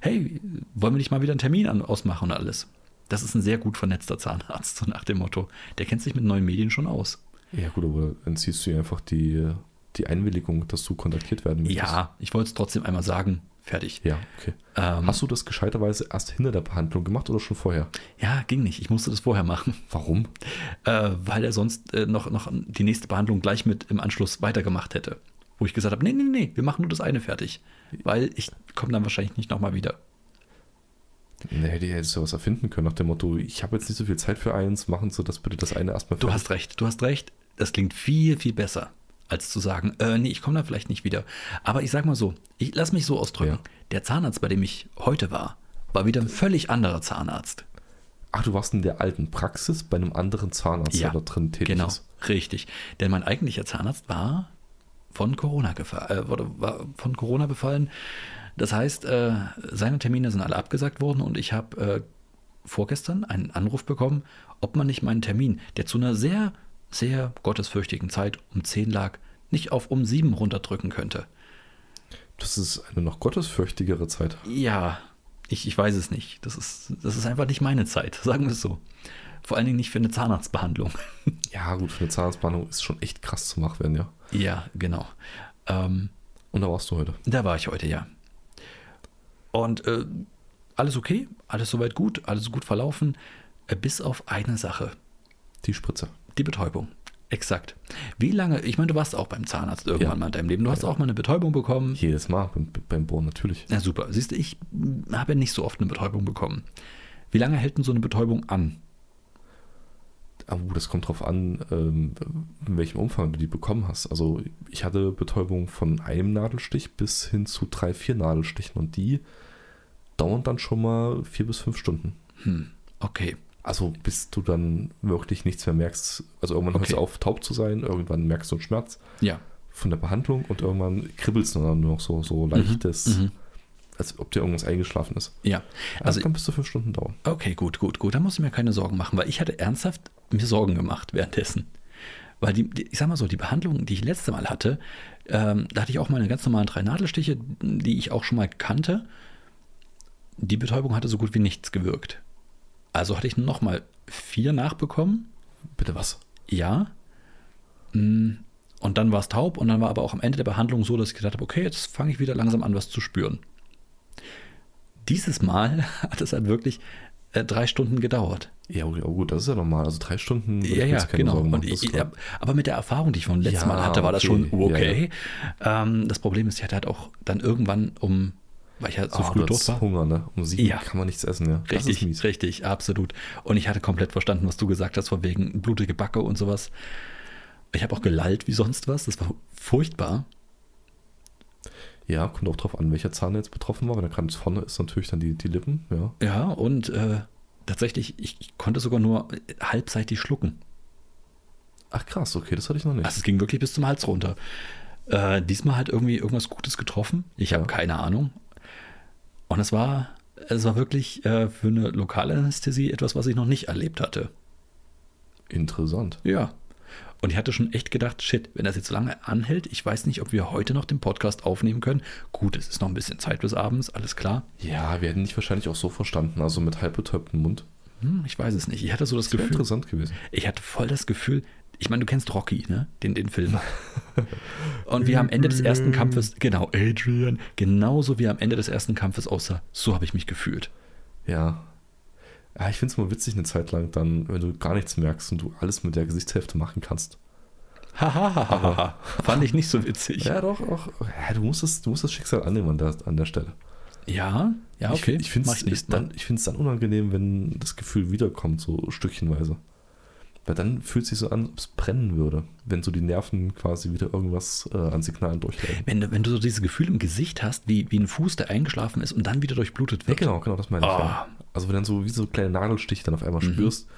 [SPEAKER 1] hey, wollen wir nicht mal wieder einen Termin an, ausmachen und alles. Das ist ein sehr gut vernetzter Zahnarzt, so nach dem Motto. Der kennt sich mit neuen Medien schon aus.
[SPEAKER 2] Ja, gut, aber dann ziehst du ihr einfach die, die Einwilligung, dass du kontaktiert werden möchtest.
[SPEAKER 1] Ja, ich wollte es trotzdem einmal sagen. Fertig.
[SPEAKER 2] Ja, okay.
[SPEAKER 1] Ähm,
[SPEAKER 2] Hast du das gescheiterweise erst hinter der Behandlung gemacht oder schon vorher?
[SPEAKER 1] ja, ging nicht. Ich musste das vorher machen,
[SPEAKER 2] Warum?
[SPEAKER 1] äh, weil er sonst äh, noch, noch die nächste Behandlung gleich mit im Anschluss weitergemacht hätte. Wo ich gesagt habe, nee, nee, nee, wir machen nur das eine fertig. Weil ich komme dann wahrscheinlich nicht nochmal wieder.
[SPEAKER 2] Nee, hätte ja sowas erfinden können nach dem Motto, ich habe jetzt nicht so viel Zeit für eins, machen Sie das bitte das eine erstmal
[SPEAKER 1] Du
[SPEAKER 2] fertig.
[SPEAKER 1] hast recht, du hast recht. Das klingt viel, viel besser, als zu sagen, äh, nee, ich komme da vielleicht nicht wieder. Aber ich sag mal so, ich lass mich so ausdrücken.
[SPEAKER 2] Ja.
[SPEAKER 1] Der Zahnarzt, bei dem ich heute war, war wieder ein völlig anderer Zahnarzt.
[SPEAKER 2] Ach, du warst in der alten Praxis bei einem anderen Zahnarzt, der da drin tätig
[SPEAKER 1] genau,
[SPEAKER 2] ist.
[SPEAKER 1] richtig. Denn mein eigentlicher Zahnarzt war von Corona gefa- äh, wurde- war von Corona befallen. Das heißt, äh, seine Termine sind alle abgesagt worden und ich habe äh, vorgestern einen Anruf bekommen, ob man nicht meinen Termin, der zu einer sehr, sehr gottesfürchtigen Zeit um 10 lag, nicht auf um 7 runterdrücken könnte.
[SPEAKER 2] Das ist eine noch gottesfürchtigere Zeit.
[SPEAKER 1] Ja, ich, ich weiß es nicht. Das ist, das ist einfach nicht meine Zeit, sagen wir es so. Vor allen Dingen nicht für eine Zahnarztbehandlung.
[SPEAKER 2] Ja, gut, für eine Zahnarztbehandlung ist schon echt krass zu machen werden, ja.
[SPEAKER 1] ja, genau. Ähm,
[SPEAKER 2] Und da warst du heute.
[SPEAKER 1] Da war ich heute, ja. Und äh, alles okay, alles soweit gut, alles gut verlaufen, äh, bis auf eine Sache,
[SPEAKER 2] Die Spritze.
[SPEAKER 1] die Betäubung. Exakt. Wie lange, ich meine, du warst auch beim Zahnarzt irgendwann
[SPEAKER 2] Ja.
[SPEAKER 1] mal in deinem Leben, du hast auch mal eine Betäubung bekommen.
[SPEAKER 2] Jedes Mal beim, beim Bohren natürlich.
[SPEAKER 1] Na super, siehst du, ich mm, habe ja nicht so oft eine Betäubung bekommen. Wie lange hält denn so eine Betäubung an?
[SPEAKER 2] Aber gut, das kommt drauf an, ähm, in welchem Umfang du die bekommen hast. Also ich hatte Betäubung von einem Nadelstich bis hin zu drei, vier Nadelstichen und die dauern dann schon mal vier bis fünf Stunden.
[SPEAKER 1] Hm, okay.
[SPEAKER 2] Also bis du dann wirklich nichts mehr merkst. Also irgendwann hörst du
[SPEAKER 1] Okay.
[SPEAKER 2] auf, taub zu sein, irgendwann merkst du einen Schmerz
[SPEAKER 1] Ja,
[SPEAKER 2] von der Behandlung und irgendwann kribbelst du dann nur noch so, so leichtes, als ob dir irgendwas eingeschlafen ist.
[SPEAKER 1] ja.
[SPEAKER 2] Mhm. Also
[SPEAKER 1] Also,
[SPEAKER 2] kann bis zu fünf Stunden dauern.
[SPEAKER 1] okay, gut, gut, gut. Da musst du mir keine Sorgen machen, weil ich hatte ernsthaft mir Sorgen gemacht währenddessen. Weil die, die, ich sag mal so, die Behandlung, die ich letzte Mal hatte, ähm, da hatte ich auch meine ganz normalen drei Nadelstiche, die ich auch schon mal kannte. Die Betäubung hatte so gut wie nichts gewirkt. Also hatte ich nochmal vier nachbekommen,
[SPEAKER 2] Bitte was?
[SPEAKER 1] ja. Mm, Und dann war es taub und dann war aber auch am Ende der Behandlung so, dass ich gedacht habe, okay, jetzt fange ich wieder langsam an, was zu spüren. Dieses Mal hat es halt wirklich, äh, äh, drei Stunden gedauert.
[SPEAKER 2] Ja, okay, aber gut, das ist ja normal. Also drei Stunden. würde ich
[SPEAKER 1] Ja,
[SPEAKER 2] mir
[SPEAKER 1] ja,
[SPEAKER 2] jetzt keine
[SPEAKER 1] genau.
[SPEAKER 2] Sorgen
[SPEAKER 1] Und
[SPEAKER 2] machen, das
[SPEAKER 1] ich,
[SPEAKER 2] ist
[SPEAKER 1] ich,
[SPEAKER 2] klar.
[SPEAKER 1] hab- aber mit der Erfahrung, die ich vom letzten
[SPEAKER 2] Ja,
[SPEAKER 1] Mal hatte, war das
[SPEAKER 2] okay.
[SPEAKER 1] schon okay. Ähm, das Problem ist, ich hatte halt auch dann irgendwann um, weil ich halt so
[SPEAKER 2] Ah,
[SPEAKER 1] früh
[SPEAKER 2] du
[SPEAKER 1] tot
[SPEAKER 2] hattest
[SPEAKER 1] war.
[SPEAKER 2] Hunger, ne? Um sieben
[SPEAKER 1] Ja.
[SPEAKER 2] kann man nichts essen, ja. Das ist
[SPEAKER 1] Richtig,
[SPEAKER 2] mies.
[SPEAKER 1] richtig, absolut. Und ich hatte komplett verstanden, was du gesagt hast, von wegen blutige Backe und sowas. Ich habe auch gelallt wie sonst was. Das war furchtbar.
[SPEAKER 2] Ja, kommt auch drauf an, welcher Zahn jetzt betroffen war. Wenn er gerade vorne ist, natürlich dann die, die Lippen, ja.
[SPEAKER 1] Ja, und äh, tatsächlich, ich, ich konnte sogar nur halbseitig schlucken.
[SPEAKER 2] Ach krass, okay, das hatte ich noch nicht.
[SPEAKER 1] Also es ging wirklich bis zum Hals runter. Äh, diesmal hat irgendwie irgendwas Gutes getroffen. Ich habe
[SPEAKER 2] Ja.
[SPEAKER 1] keine Ahnung. Und es war, es war wirklich äh, für eine Lokalanästhesie etwas, was ich noch nicht erlebt hatte.
[SPEAKER 2] Interessant.
[SPEAKER 1] Ja. Und ich hatte schon echt gedacht, shit, wenn das jetzt so lange anhält, ich weiß nicht, ob wir heute noch den Podcast aufnehmen können. Gut, es ist noch ein bisschen Zeit bis abends, alles klar.
[SPEAKER 2] Ja, wir hätten dich wahrscheinlich auch so verstanden, also mit halb betäubtem Mund.
[SPEAKER 1] Hm, ich weiß es nicht. Ich hatte so das
[SPEAKER 2] Wäre
[SPEAKER 1] Gefühl,
[SPEAKER 2] interessant gewesen.
[SPEAKER 1] Ich hatte voll das Gefühl, ich meine, du kennst Rocky, ne? Den, den Film. Und wie am Ende des ersten Kampfes, genau, Adrian, genauso wie am Ende des ersten Kampfes aussah, so habe ich mich gefühlt.
[SPEAKER 2] Ja. Ja, ich finde es mal witzig eine Zeit lang dann, wenn du gar nichts merkst und du alles mit der Gesichtshälfte machen kannst.
[SPEAKER 1] Hahaha. Fand ich nicht so witzig.
[SPEAKER 2] Ja, doch, auch. Ja, du, musst das, du musst das Schicksal annehmen an der, an der Stelle.
[SPEAKER 1] ja, ja, okay.
[SPEAKER 2] Ich, ich finde
[SPEAKER 1] mach ne?
[SPEAKER 2] es
[SPEAKER 1] nächstes Mal.
[SPEAKER 2] dann, ich find's dann unangenehm, wenn das Gefühl wiederkommt, so stückchenweise. Weil dann fühlt es sich so an, als ob es brennen würde, wenn so die Nerven quasi wieder irgendwas äh, an Signalen durchleiten.
[SPEAKER 1] Wenn, du- wenn du so dieses Gefühl im Gesicht hast, wie, wie ein Fuß, der eingeschlafen ist und dann wieder durchblutet
[SPEAKER 2] Ja,
[SPEAKER 1] wird.
[SPEAKER 2] genau, genau, das meine ich.
[SPEAKER 1] Ah. Mhm.
[SPEAKER 2] Ja. Also wenn dann so wie so kleine Nadelstiche dann auf einmal spürst.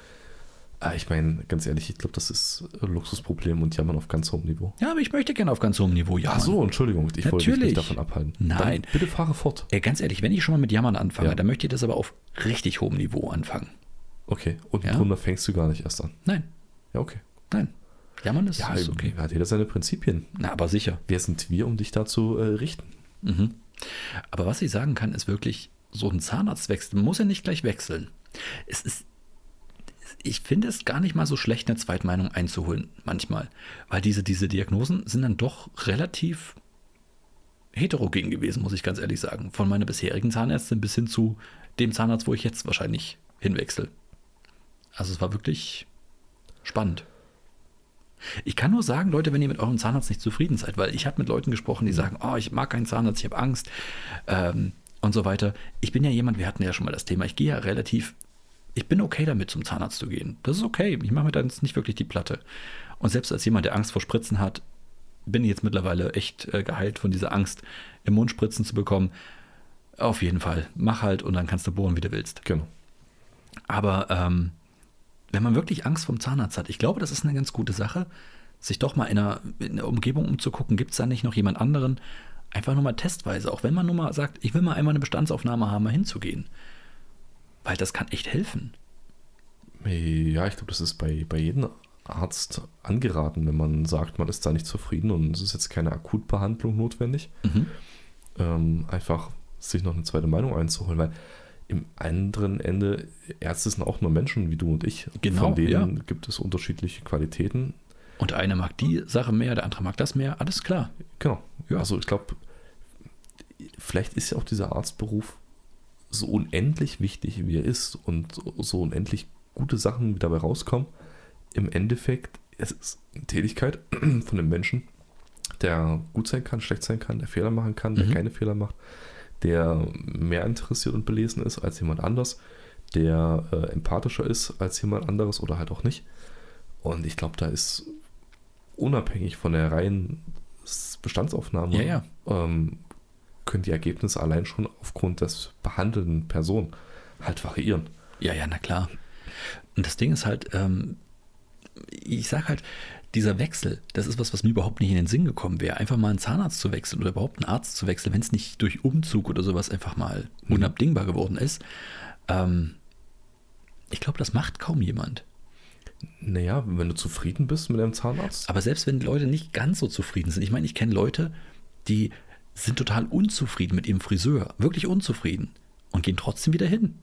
[SPEAKER 2] Ah, ich meine, ganz ehrlich, ich glaube, das ist ein Luxusproblem und jammern auf ganz hohem Niveau.
[SPEAKER 1] Ja, aber ich möchte gerne auf ganz hohem Niveau jammern.
[SPEAKER 2] Ach so, Entschuldigung, ich wollte dich
[SPEAKER 1] Natürlich.
[SPEAKER 2] nicht davon abhalten.
[SPEAKER 1] Nein.
[SPEAKER 2] Dann bitte fahre fort.
[SPEAKER 1] Ey, ganz ehrlich, wenn ich schon mal mit Jammern anfange,
[SPEAKER 2] Ja.
[SPEAKER 1] dann möchte ich das aber auf richtig hohem Niveau anfangen.
[SPEAKER 2] Okay, und
[SPEAKER 1] Ja.
[SPEAKER 2] drunter fängst du gar nicht erst an.
[SPEAKER 1] Nein,
[SPEAKER 2] Ja, okay.
[SPEAKER 1] nein. Jammern ist,
[SPEAKER 2] Ja,
[SPEAKER 1] ist okay.
[SPEAKER 2] hat jeder seine Prinzipien.
[SPEAKER 1] Na, aber sicher.
[SPEAKER 2] Wer sind wir, um dich da zu äh, richten?
[SPEAKER 1] Mhm. Aber was ich sagen kann, ist wirklich, so ein Zahnarztwechsel muss ja nicht gleich wechseln. Es ist, ich finde es gar nicht mal so schlecht, eine Zweitmeinung einzuholen, manchmal. Weil diese, diese Diagnosen sind dann doch relativ heterogen gewesen, muss ich ganz ehrlich sagen. Von meiner bisherigen Zahnärztin bis hin zu dem Zahnarzt, wo ich jetzt wahrscheinlich hinwechsel. Also es war wirklich spannend. Ich kann nur sagen, Leute, wenn ihr mit eurem Zahnarzt nicht zufrieden seid, weil ich habe mit Leuten gesprochen, die sagen, oh, ich mag keinen Zahnarzt, ich habe Angst ähm, und so weiter. Ich bin ja jemand, wir hatten ja schon mal das Thema, ich gehe ja relativ, ich bin okay damit, zum Zahnarzt zu gehen. Das ist okay, ich mache mir dann nicht wirklich die Platte. Und selbst als jemand, der Angst vor Spritzen hat, bin ich jetzt mittlerweile echt äh, geheilt von dieser Angst, im Mund Spritzen zu bekommen. Auf jeden Fall, mach halt und dann kannst du bohren, wie du willst.
[SPEAKER 2] Genau.
[SPEAKER 1] Aber ähm, wenn man wirklich Angst vom Zahnarzt hat, ich glaube, das ist eine ganz gute Sache, sich doch mal in einer, in einer Umgebung umzugucken, gibt es da nicht noch jemand anderen? Einfach nur mal testweise, auch wenn man nur mal sagt, ich will mal einmal eine Bestandsaufnahme haben, mal hinzugehen. Weil das kann echt helfen.
[SPEAKER 2] Ja, ich glaube, das ist bei, bei jedem Arzt angeraten, wenn man sagt, man ist da nicht zufrieden und es ist jetzt keine Akutbehandlung notwendig. Ähm, einfach sich noch eine zweite Meinung einzuholen, weil im anderen Ende Ärzte sind auch nur Menschen wie du und ich.
[SPEAKER 1] Genau,
[SPEAKER 2] Von denen gibt es unterschiedliche Qualitäten.
[SPEAKER 1] Und der eine mag die Sache mehr, der andere mag das mehr, alles klar.
[SPEAKER 2] Genau.
[SPEAKER 1] Ja.
[SPEAKER 2] Also ich glaube, vielleicht ist ja auch dieser Arztberuf so unendlich wichtig, wie er ist und so unendlich gute Sachen wie dabei rauskommen. Im Endeffekt es ist eine Tätigkeit von einem Menschen, der gut sein kann, schlecht sein kann, der Fehler machen kann, der
[SPEAKER 1] Mhm.
[SPEAKER 2] keine Fehler macht, der mehr interessiert und belesen ist als jemand anders, der äh, empathischer ist als jemand anderes oder halt auch nicht. Und ich glaube, da ist unabhängig von der reinen Bestandsaufnahme,
[SPEAKER 1] Ja, ja.
[SPEAKER 2] Ähm, können die Ergebnisse allein schon aufgrund des behandelnden Personen halt variieren.
[SPEAKER 1] Ja, ja, na klar. Und das Ding ist halt, ähm, ich sag halt, dieser Wechsel, das ist was, was mir überhaupt nicht in den Sinn gekommen wäre. Einfach mal einen Zahnarzt zu wechseln oder überhaupt einen Arzt zu wechseln, wenn es nicht durch Umzug oder sowas einfach mal unabdingbar geworden ist. Ähm, ich glaube, das macht kaum jemand.
[SPEAKER 2] Naja, wenn du zufrieden bist mit deinem Zahnarzt,
[SPEAKER 1] Aber selbst wenn die Leute nicht ganz so zufrieden sind, ich meine, ich kenne Leute, die sind total unzufrieden mit ihrem Friseur, wirklich unzufrieden und gehen trotzdem wieder hin.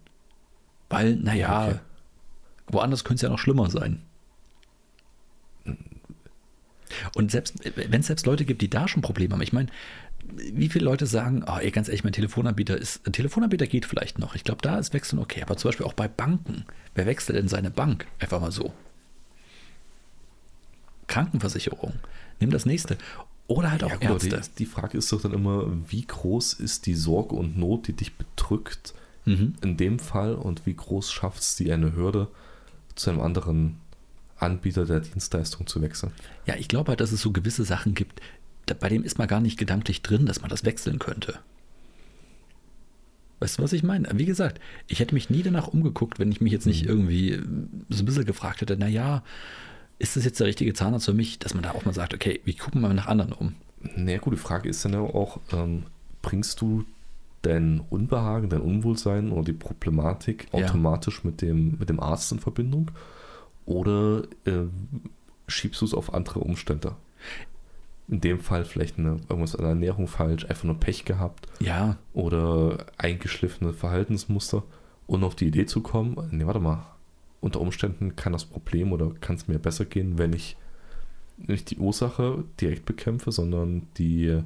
[SPEAKER 1] Weil, naja,
[SPEAKER 2] Okay.
[SPEAKER 1] woanders könnte es ja noch schlimmer sein. Und selbst wenn es selbst Leute gibt, die da schon Probleme haben, ich meine, wie viele Leute sagen, oh, ey, ganz ehrlich, mein Telefonanbieter ist, ein Telefonanbieter geht vielleicht noch. Ich glaube, da ist Wechseln okay. Aber zum Beispiel auch bei Banken. Wer wechselt denn seine Bank? Einfach mal so. Krankenversicherung. Nimm das nächste. Oder halt auch ja, Ärzte.
[SPEAKER 2] Gut, die, die, Frage ist doch dann immer, wie groß ist die Sorge und Not, die dich bedrückt mhm. in dem Fall und wie groß schafft es dir eine Hürde zu einem anderen Anbieter der Dienstleistung zu wechseln?
[SPEAKER 1] Ja, ich glaube halt, dass es so gewisse Sachen gibt, bei dem ist man gar nicht gedanklich drin, dass man das wechseln könnte. Weißt du, was ich meine? Wie gesagt, ich hätte mich nie danach umgeguckt, wenn ich mich jetzt nicht irgendwie äh, so ein bisschen gefragt hätte, naja, ist das jetzt der richtige Zahnarzt für mich, dass man da auch mal sagt, okay, wir gucken mal nach anderen um.
[SPEAKER 2] Naja, gut, die Frage ist dann auch, ähm, bringst du dein Unbehagen, dein Unwohlsein oder die Problematik ja. automatisch mit dem, mit dem Arzt in Verbindung oder äh, schiebst du es auf andere Umstände? in dem Fall vielleicht eine, irgendwas an der Ernährung falsch, einfach nur Pech gehabt.
[SPEAKER 1] Ja.
[SPEAKER 2] Oder eingeschliffene Verhaltensmuster. Und auf die Idee zu kommen, nee, warte mal, unter Umständen kann das Problem oder kann es mir besser gehen, wenn ich nicht die Ursache direkt bekämpfe, sondern die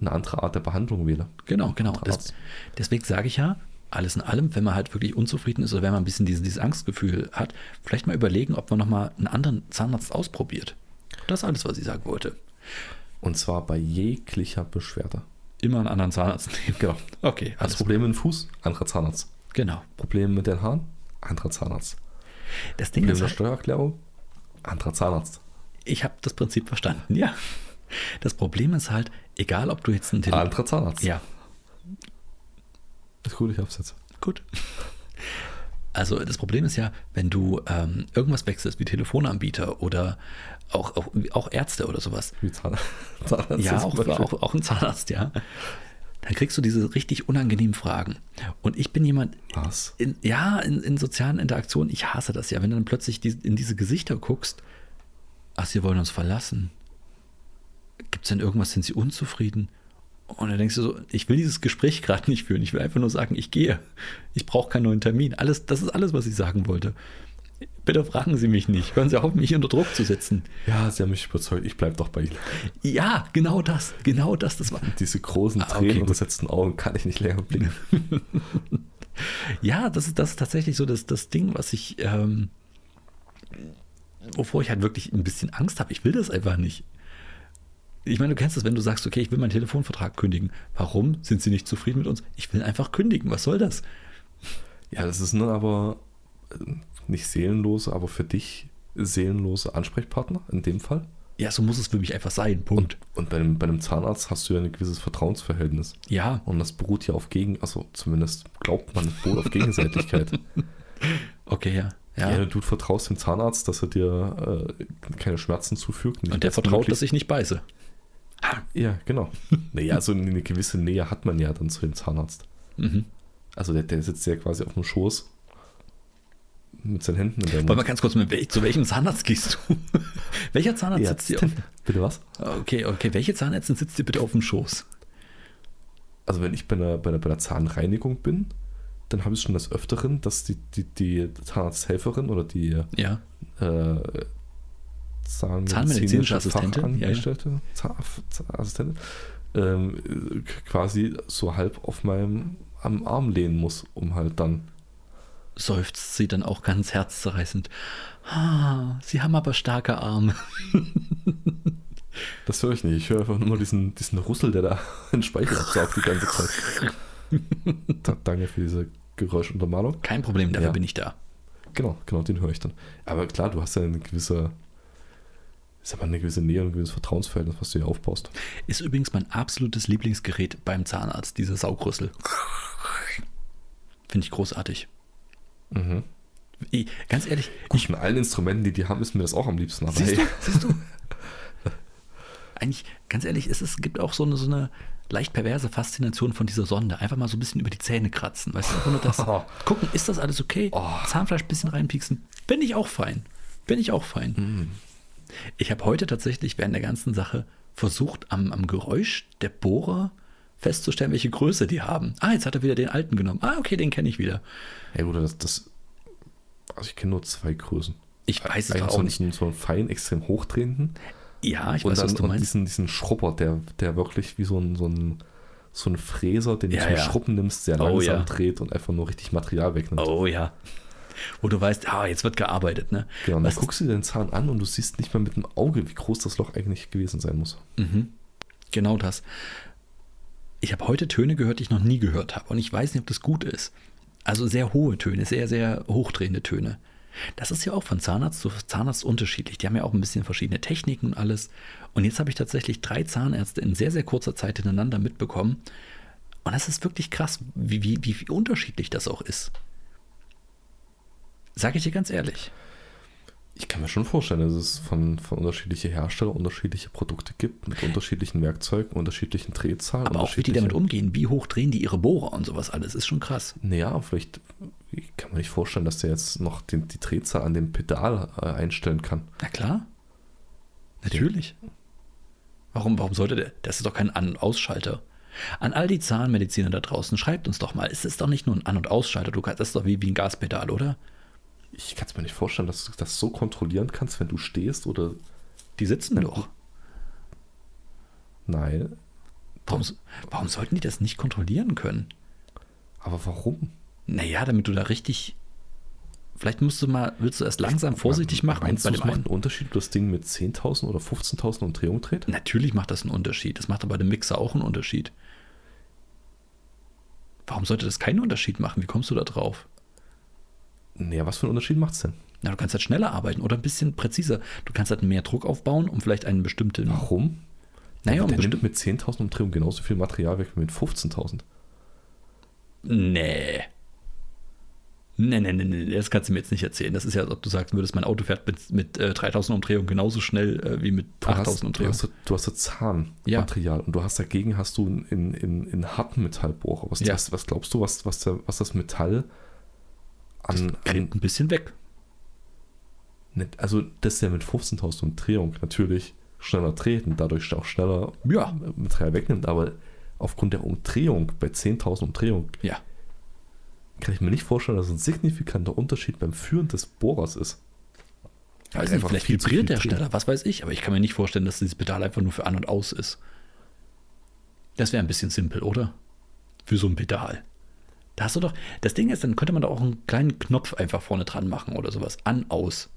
[SPEAKER 2] eine andere Art der Behandlung wähle.
[SPEAKER 1] Genau, genau. Des, deswegen sage ich ja, alles in allem, wenn man halt wirklich unzufrieden ist oder wenn man ein bisschen dieses, dieses Angstgefühl hat, vielleicht mal überlegen, ob man nochmal einen anderen Zahnarzt ausprobiert. Das ist alles, was ich sagen wollte.
[SPEAKER 2] Und zwar bei jeglicher Beschwerde.
[SPEAKER 1] Immer einen anderen Zahnarzt nehmen.
[SPEAKER 2] Genau.
[SPEAKER 1] Okay.
[SPEAKER 2] Hast Probleme mit dem Fuß? Anderer Zahnarzt.
[SPEAKER 1] Genau.
[SPEAKER 2] Probleme mit den Haaren? Anderer Zahnarzt.
[SPEAKER 1] Das Ding
[SPEAKER 2] Probleme ist. Halt, Steuererklärung? Anderer Zahnarzt.
[SPEAKER 1] Ich habe das Prinzip verstanden, ja. Das Problem ist halt, egal ob du jetzt einen
[SPEAKER 2] Telefon. Anderer Zahnarzt.
[SPEAKER 1] Ja.
[SPEAKER 2] Ist gut, ich hab's jetzt.
[SPEAKER 1] Gut. Also das Problem ist ja, wenn du ähm, irgendwas wechselst, wie Telefonanbieter oder auch, auch, auch Ärzte oder sowas.
[SPEAKER 2] Wie Zahnarzt.
[SPEAKER 1] Zahnarzt ja, auch, auch, auch, ein Zahnarzt, ja. Dann kriegst du diese richtig unangenehmen Fragen. Und ich bin jemand.
[SPEAKER 2] Was?
[SPEAKER 1] In, ja, in, in, sozialen Interaktionen, ich hasse das ja. Wenn du dann plötzlich die, in diese Gesichter guckst, ach, sie wollen uns verlassen. Gibt es denn irgendwas, sind sie unzufrieden? Und dann denkst du so, ich will dieses Gespräch gerade nicht führen. Ich will einfach nur sagen, ich gehe. Ich brauche keinen neuen Termin. Alles, das ist alles, was ich sagen wollte. Bitte fragen Sie mich nicht. Hören Sie auf, mich unter Druck zu setzen.
[SPEAKER 2] Ja, Sie haben mich überzeugt. Ich bleibe doch bei Ihnen.
[SPEAKER 1] Ja, genau das. Genau das. das war.
[SPEAKER 2] Diese großen ah, okay, Tränen untersetzten Augen kann ich nicht länger blicken.
[SPEAKER 1] ja, das ist, das ist tatsächlich so das, das Ding, was ich, ähm, wovor ich halt wirklich ein bisschen Angst habe. Ich will das einfach nicht. Ich meine, du kennst das, wenn du sagst, okay, ich will meinen Telefonvertrag kündigen. Warum sind sie nicht zufrieden mit uns? Ich will einfach kündigen. Was soll das?
[SPEAKER 2] Ja, das ist nur aber äh, nicht seelenlose, aber für dich seelenlose Ansprechpartner in dem Fall.
[SPEAKER 1] Ja, so muss es für mich einfach sein. Punkt.
[SPEAKER 2] Und, und bei, einem, bei, einem, Zahnarzt hast du ja ein gewisses Vertrauensverhältnis.
[SPEAKER 1] Ja.
[SPEAKER 2] Und das beruht ja auf Gegen, also zumindest glaubt man, es beruht auf Gegenseitigkeit.
[SPEAKER 1] Okay, ja.
[SPEAKER 2] Ja. ja. du vertraust dem Zahnarzt, dass er dir äh, keine Schmerzen zufügt.
[SPEAKER 1] Und, und der vertraut, dass ich nicht beiße.
[SPEAKER 2] Ja, genau. naja, also eine gewisse Nähe hat man ja dann zu dem Zahnarzt.
[SPEAKER 1] Mhm.
[SPEAKER 2] Also der, der sitzt ja quasi auf dem Schoß mit seinen Händen in der
[SPEAKER 1] Mund. Wollen wir ganz kurz, mit, zu welchem Zahnarzt gehst du? Welcher Zahnarzt ja, sitzt dir auf
[SPEAKER 2] Bitte was?
[SPEAKER 1] Okay, okay. Welche Zahnärztin sitzt dir bitte auf dem Schoß?
[SPEAKER 2] Also wenn ich bei einer, bei einer, bei einer Zahnreinigung bin, dann habe ich schon das Öfteren, dass die, die, die Zahnarzthelferin oder die
[SPEAKER 1] ja.
[SPEAKER 2] äh,
[SPEAKER 1] zahnmedizinische Assistentin,
[SPEAKER 2] ja, ja. Zahnassistentin, ähm, quasi so halb auf meinem am Arm lehnen muss, um halt dann.
[SPEAKER 1] Seufzt sie dann auch ganz herzzerreißend. Ah, sie haben aber starke Arme.
[SPEAKER 2] das höre ich nicht. Ich höre einfach nur diesen, diesen Rüssel, der da in Speicher absaugt die ganze Zeit. Danke für diese Geräuschuntermalung.
[SPEAKER 1] Kein Problem, dafür ja. bin ich da.
[SPEAKER 2] Genau, genau, den höre ich dann. Aber klar, du hast ja eine gewisse, sag mal, eine gewisse Nähe und ein gewisses Vertrauensverhältnis, was du hier aufbaust.
[SPEAKER 1] Ist übrigens mein absolutes Lieblingsgerät beim Zahnarzt, dieser Saugrüssel. Finde ich großartig.
[SPEAKER 2] Mhm.
[SPEAKER 1] Ich, ganz ehrlich.
[SPEAKER 2] Gut, ich, mit allen Instrumenten, die die haben, ist mir das auch am liebsten.
[SPEAKER 1] Aber siehst, hey. du, siehst du? Eigentlich, ganz ehrlich, es, es gibt auch so eine, so eine leicht perverse Faszination von dieser Sonde. Einfach mal so ein bisschen über die Zähne kratzen. Weißt du, nur das. Gucken, ist das alles okay?
[SPEAKER 2] Oh.
[SPEAKER 1] Zahnfleisch ein bisschen reinpieksen. Bin ich auch fein. Bin ich auch fein.
[SPEAKER 2] Mm.
[SPEAKER 1] Ich habe heute tatsächlich während der ganzen Sache versucht, am, am Geräusch der Bohrer festzustellen, welche Größe die haben. Ah, jetzt hat er wieder den alten genommen. Ah, okay, den kenne ich wieder.
[SPEAKER 2] Ja, gut, das, das. Also, ich kenne nur zwei Größen.
[SPEAKER 1] Ich weiß es
[SPEAKER 2] Einen
[SPEAKER 1] auch nicht.
[SPEAKER 2] So einen fein, extrem hochdrehenden
[SPEAKER 1] Ja, ich
[SPEAKER 2] und
[SPEAKER 1] weiß,
[SPEAKER 2] dann
[SPEAKER 1] was du
[SPEAKER 2] und
[SPEAKER 1] meinst.
[SPEAKER 2] diesen, diesen Schrubber, der, der wirklich wie so ein, so ein, so ein Fräser, den
[SPEAKER 1] Ja,
[SPEAKER 2] du zum
[SPEAKER 1] ja.
[SPEAKER 2] Schruppen nimmst, sehr
[SPEAKER 1] Oh,
[SPEAKER 2] langsam
[SPEAKER 1] ja.
[SPEAKER 2] dreht und einfach nur richtig Material wegnimmt.
[SPEAKER 1] Oh ja. Wo du weißt, ah, jetzt wird gearbeitet, ne?
[SPEAKER 2] Genau, und dann
[SPEAKER 1] was,
[SPEAKER 2] guckst du dir den Zahn an und du siehst nicht mal mit dem Auge, wie groß das Loch eigentlich gewesen sein muss.
[SPEAKER 1] Mhm. Genau das. Ich habe heute Töne gehört, die ich noch nie gehört habe. Und ich weiß nicht, ob das gut ist. Also sehr hohe Töne, sehr, sehr hochdrehende Töne. Das ist ja auch von Zahnarzt zu Zahnarzt unterschiedlich. Die haben ja auch ein bisschen verschiedene Techniken und alles. Und jetzt habe ich tatsächlich drei Zahnärzte in sehr, sehr kurzer Zeit hintereinander mitbekommen. Und das ist wirklich krass, wie, wie, wie, wie unterschiedlich das auch ist. Sage ich dir ganz ehrlich.
[SPEAKER 2] Ich kann mir schon vorstellen, dass es von, von unterschiedlichen Herstellern unterschiedliche Produkte gibt, mit unterschiedlichen Werkzeugen, unterschiedlichen Drehzahlen.
[SPEAKER 1] Aber auch wie die
[SPEAKER 2] unterschiedliche-
[SPEAKER 1] damit umgehen, wie hoch drehen die ihre Bohrer und sowas alles, ist schon krass.
[SPEAKER 2] Naja, vielleicht ich kann man nicht vorstellen, dass der jetzt noch den, die Drehzahl an dem Pedal äh, einstellen kann.
[SPEAKER 1] Na klar. Natürlich. Warum, warum sollte der? Das ist doch kein An- und Ausschalter. An all die Zahnmediziner da draußen, schreibt uns doch mal. Es ist doch nicht nur ein An- und Ausschalter. Du, kannst- das ist doch wie, wie ein Gaspedal, oder?
[SPEAKER 2] Ich kann es mir nicht vorstellen, dass du das so kontrollieren kannst, wenn du stehst oder.
[SPEAKER 1] Die sitzen doch.
[SPEAKER 2] Nein.
[SPEAKER 1] Warum, so- warum sollten die das nicht kontrollieren können?
[SPEAKER 2] Aber warum?
[SPEAKER 1] Naja, damit du da richtig. Vielleicht musst du mal, willst du erst langsam vorsichtig machen.
[SPEAKER 2] Meinst du,
[SPEAKER 1] und
[SPEAKER 2] es macht einen Unterschied, ob das Ding mit 10.000 oder 15.000 Umdrehungen dreht?
[SPEAKER 1] Natürlich macht das einen Unterschied. Das macht aber dem Mixer auch einen Unterschied. Warum sollte das keinen Unterschied machen? Wie kommst du da drauf?
[SPEAKER 2] Naja, was für einen Unterschied macht es denn?
[SPEAKER 1] Na, du kannst halt schneller arbeiten oder ein bisschen präziser. Du kannst halt mehr Druck aufbauen, um vielleicht einen bestimmten.
[SPEAKER 2] Warum?
[SPEAKER 1] naja, um
[SPEAKER 2] Oh, der
[SPEAKER 1] bestimmt.
[SPEAKER 2] nimmt mit 10.000 Umdrehungen genauso viel Material weg wie mit 15.000.
[SPEAKER 1] Nee. Nee, nee, nee, nee, das kannst du mir jetzt nicht erzählen. Das ist ja, als ob du sagen würdest, mein Auto fährt mit, mit äh, 3000 Umdrehungen genauso schnell äh, wie mit
[SPEAKER 2] Du hast,
[SPEAKER 1] 8000
[SPEAKER 2] du
[SPEAKER 1] Umdrehungen.
[SPEAKER 2] hast, du hast so Zahnmaterial und du hast dagegen hast du in, in, in, in harten Metallbohrer. Was,
[SPEAKER 1] Ja.
[SPEAKER 2] was, was glaubst du, was, was, der, was das Metall an, an
[SPEAKER 1] Gräbt ein bisschen weg.
[SPEAKER 2] nicht- also das ist ja mit 15.000 Umdrehung natürlich schneller dreht und dadurch auch schneller
[SPEAKER 1] Ja.
[SPEAKER 2] Material wegnimmt, aber aufgrund der Umdrehung bei 10.000 Umdrehung
[SPEAKER 1] Ja.
[SPEAKER 2] kann ich mir nicht vorstellen, dass ein signifikanter Unterschied beim Führen des Bohrers ist.
[SPEAKER 1] Weiß
[SPEAKER 2] Weil
[SPEAKER 1] nicht, vielleicht
[SPEAKER 2] viel zu viel
[SPEAKER 1] vibriert der
[SPEAKER 2] dreht.
[SPEAKER 1] schneller, was weiß ich. Aber ich kann mir nicht vorstellen, dass dieses Pedal einfach nur für an und aus ist. Das wäre ein bisschen simpel, oder? Für so ein Pedal. Da hast du doch. Das Ding ist, dann könnte man da auch einen kleinen Knopf einfach vorne dran machen oder sowas. An, aus.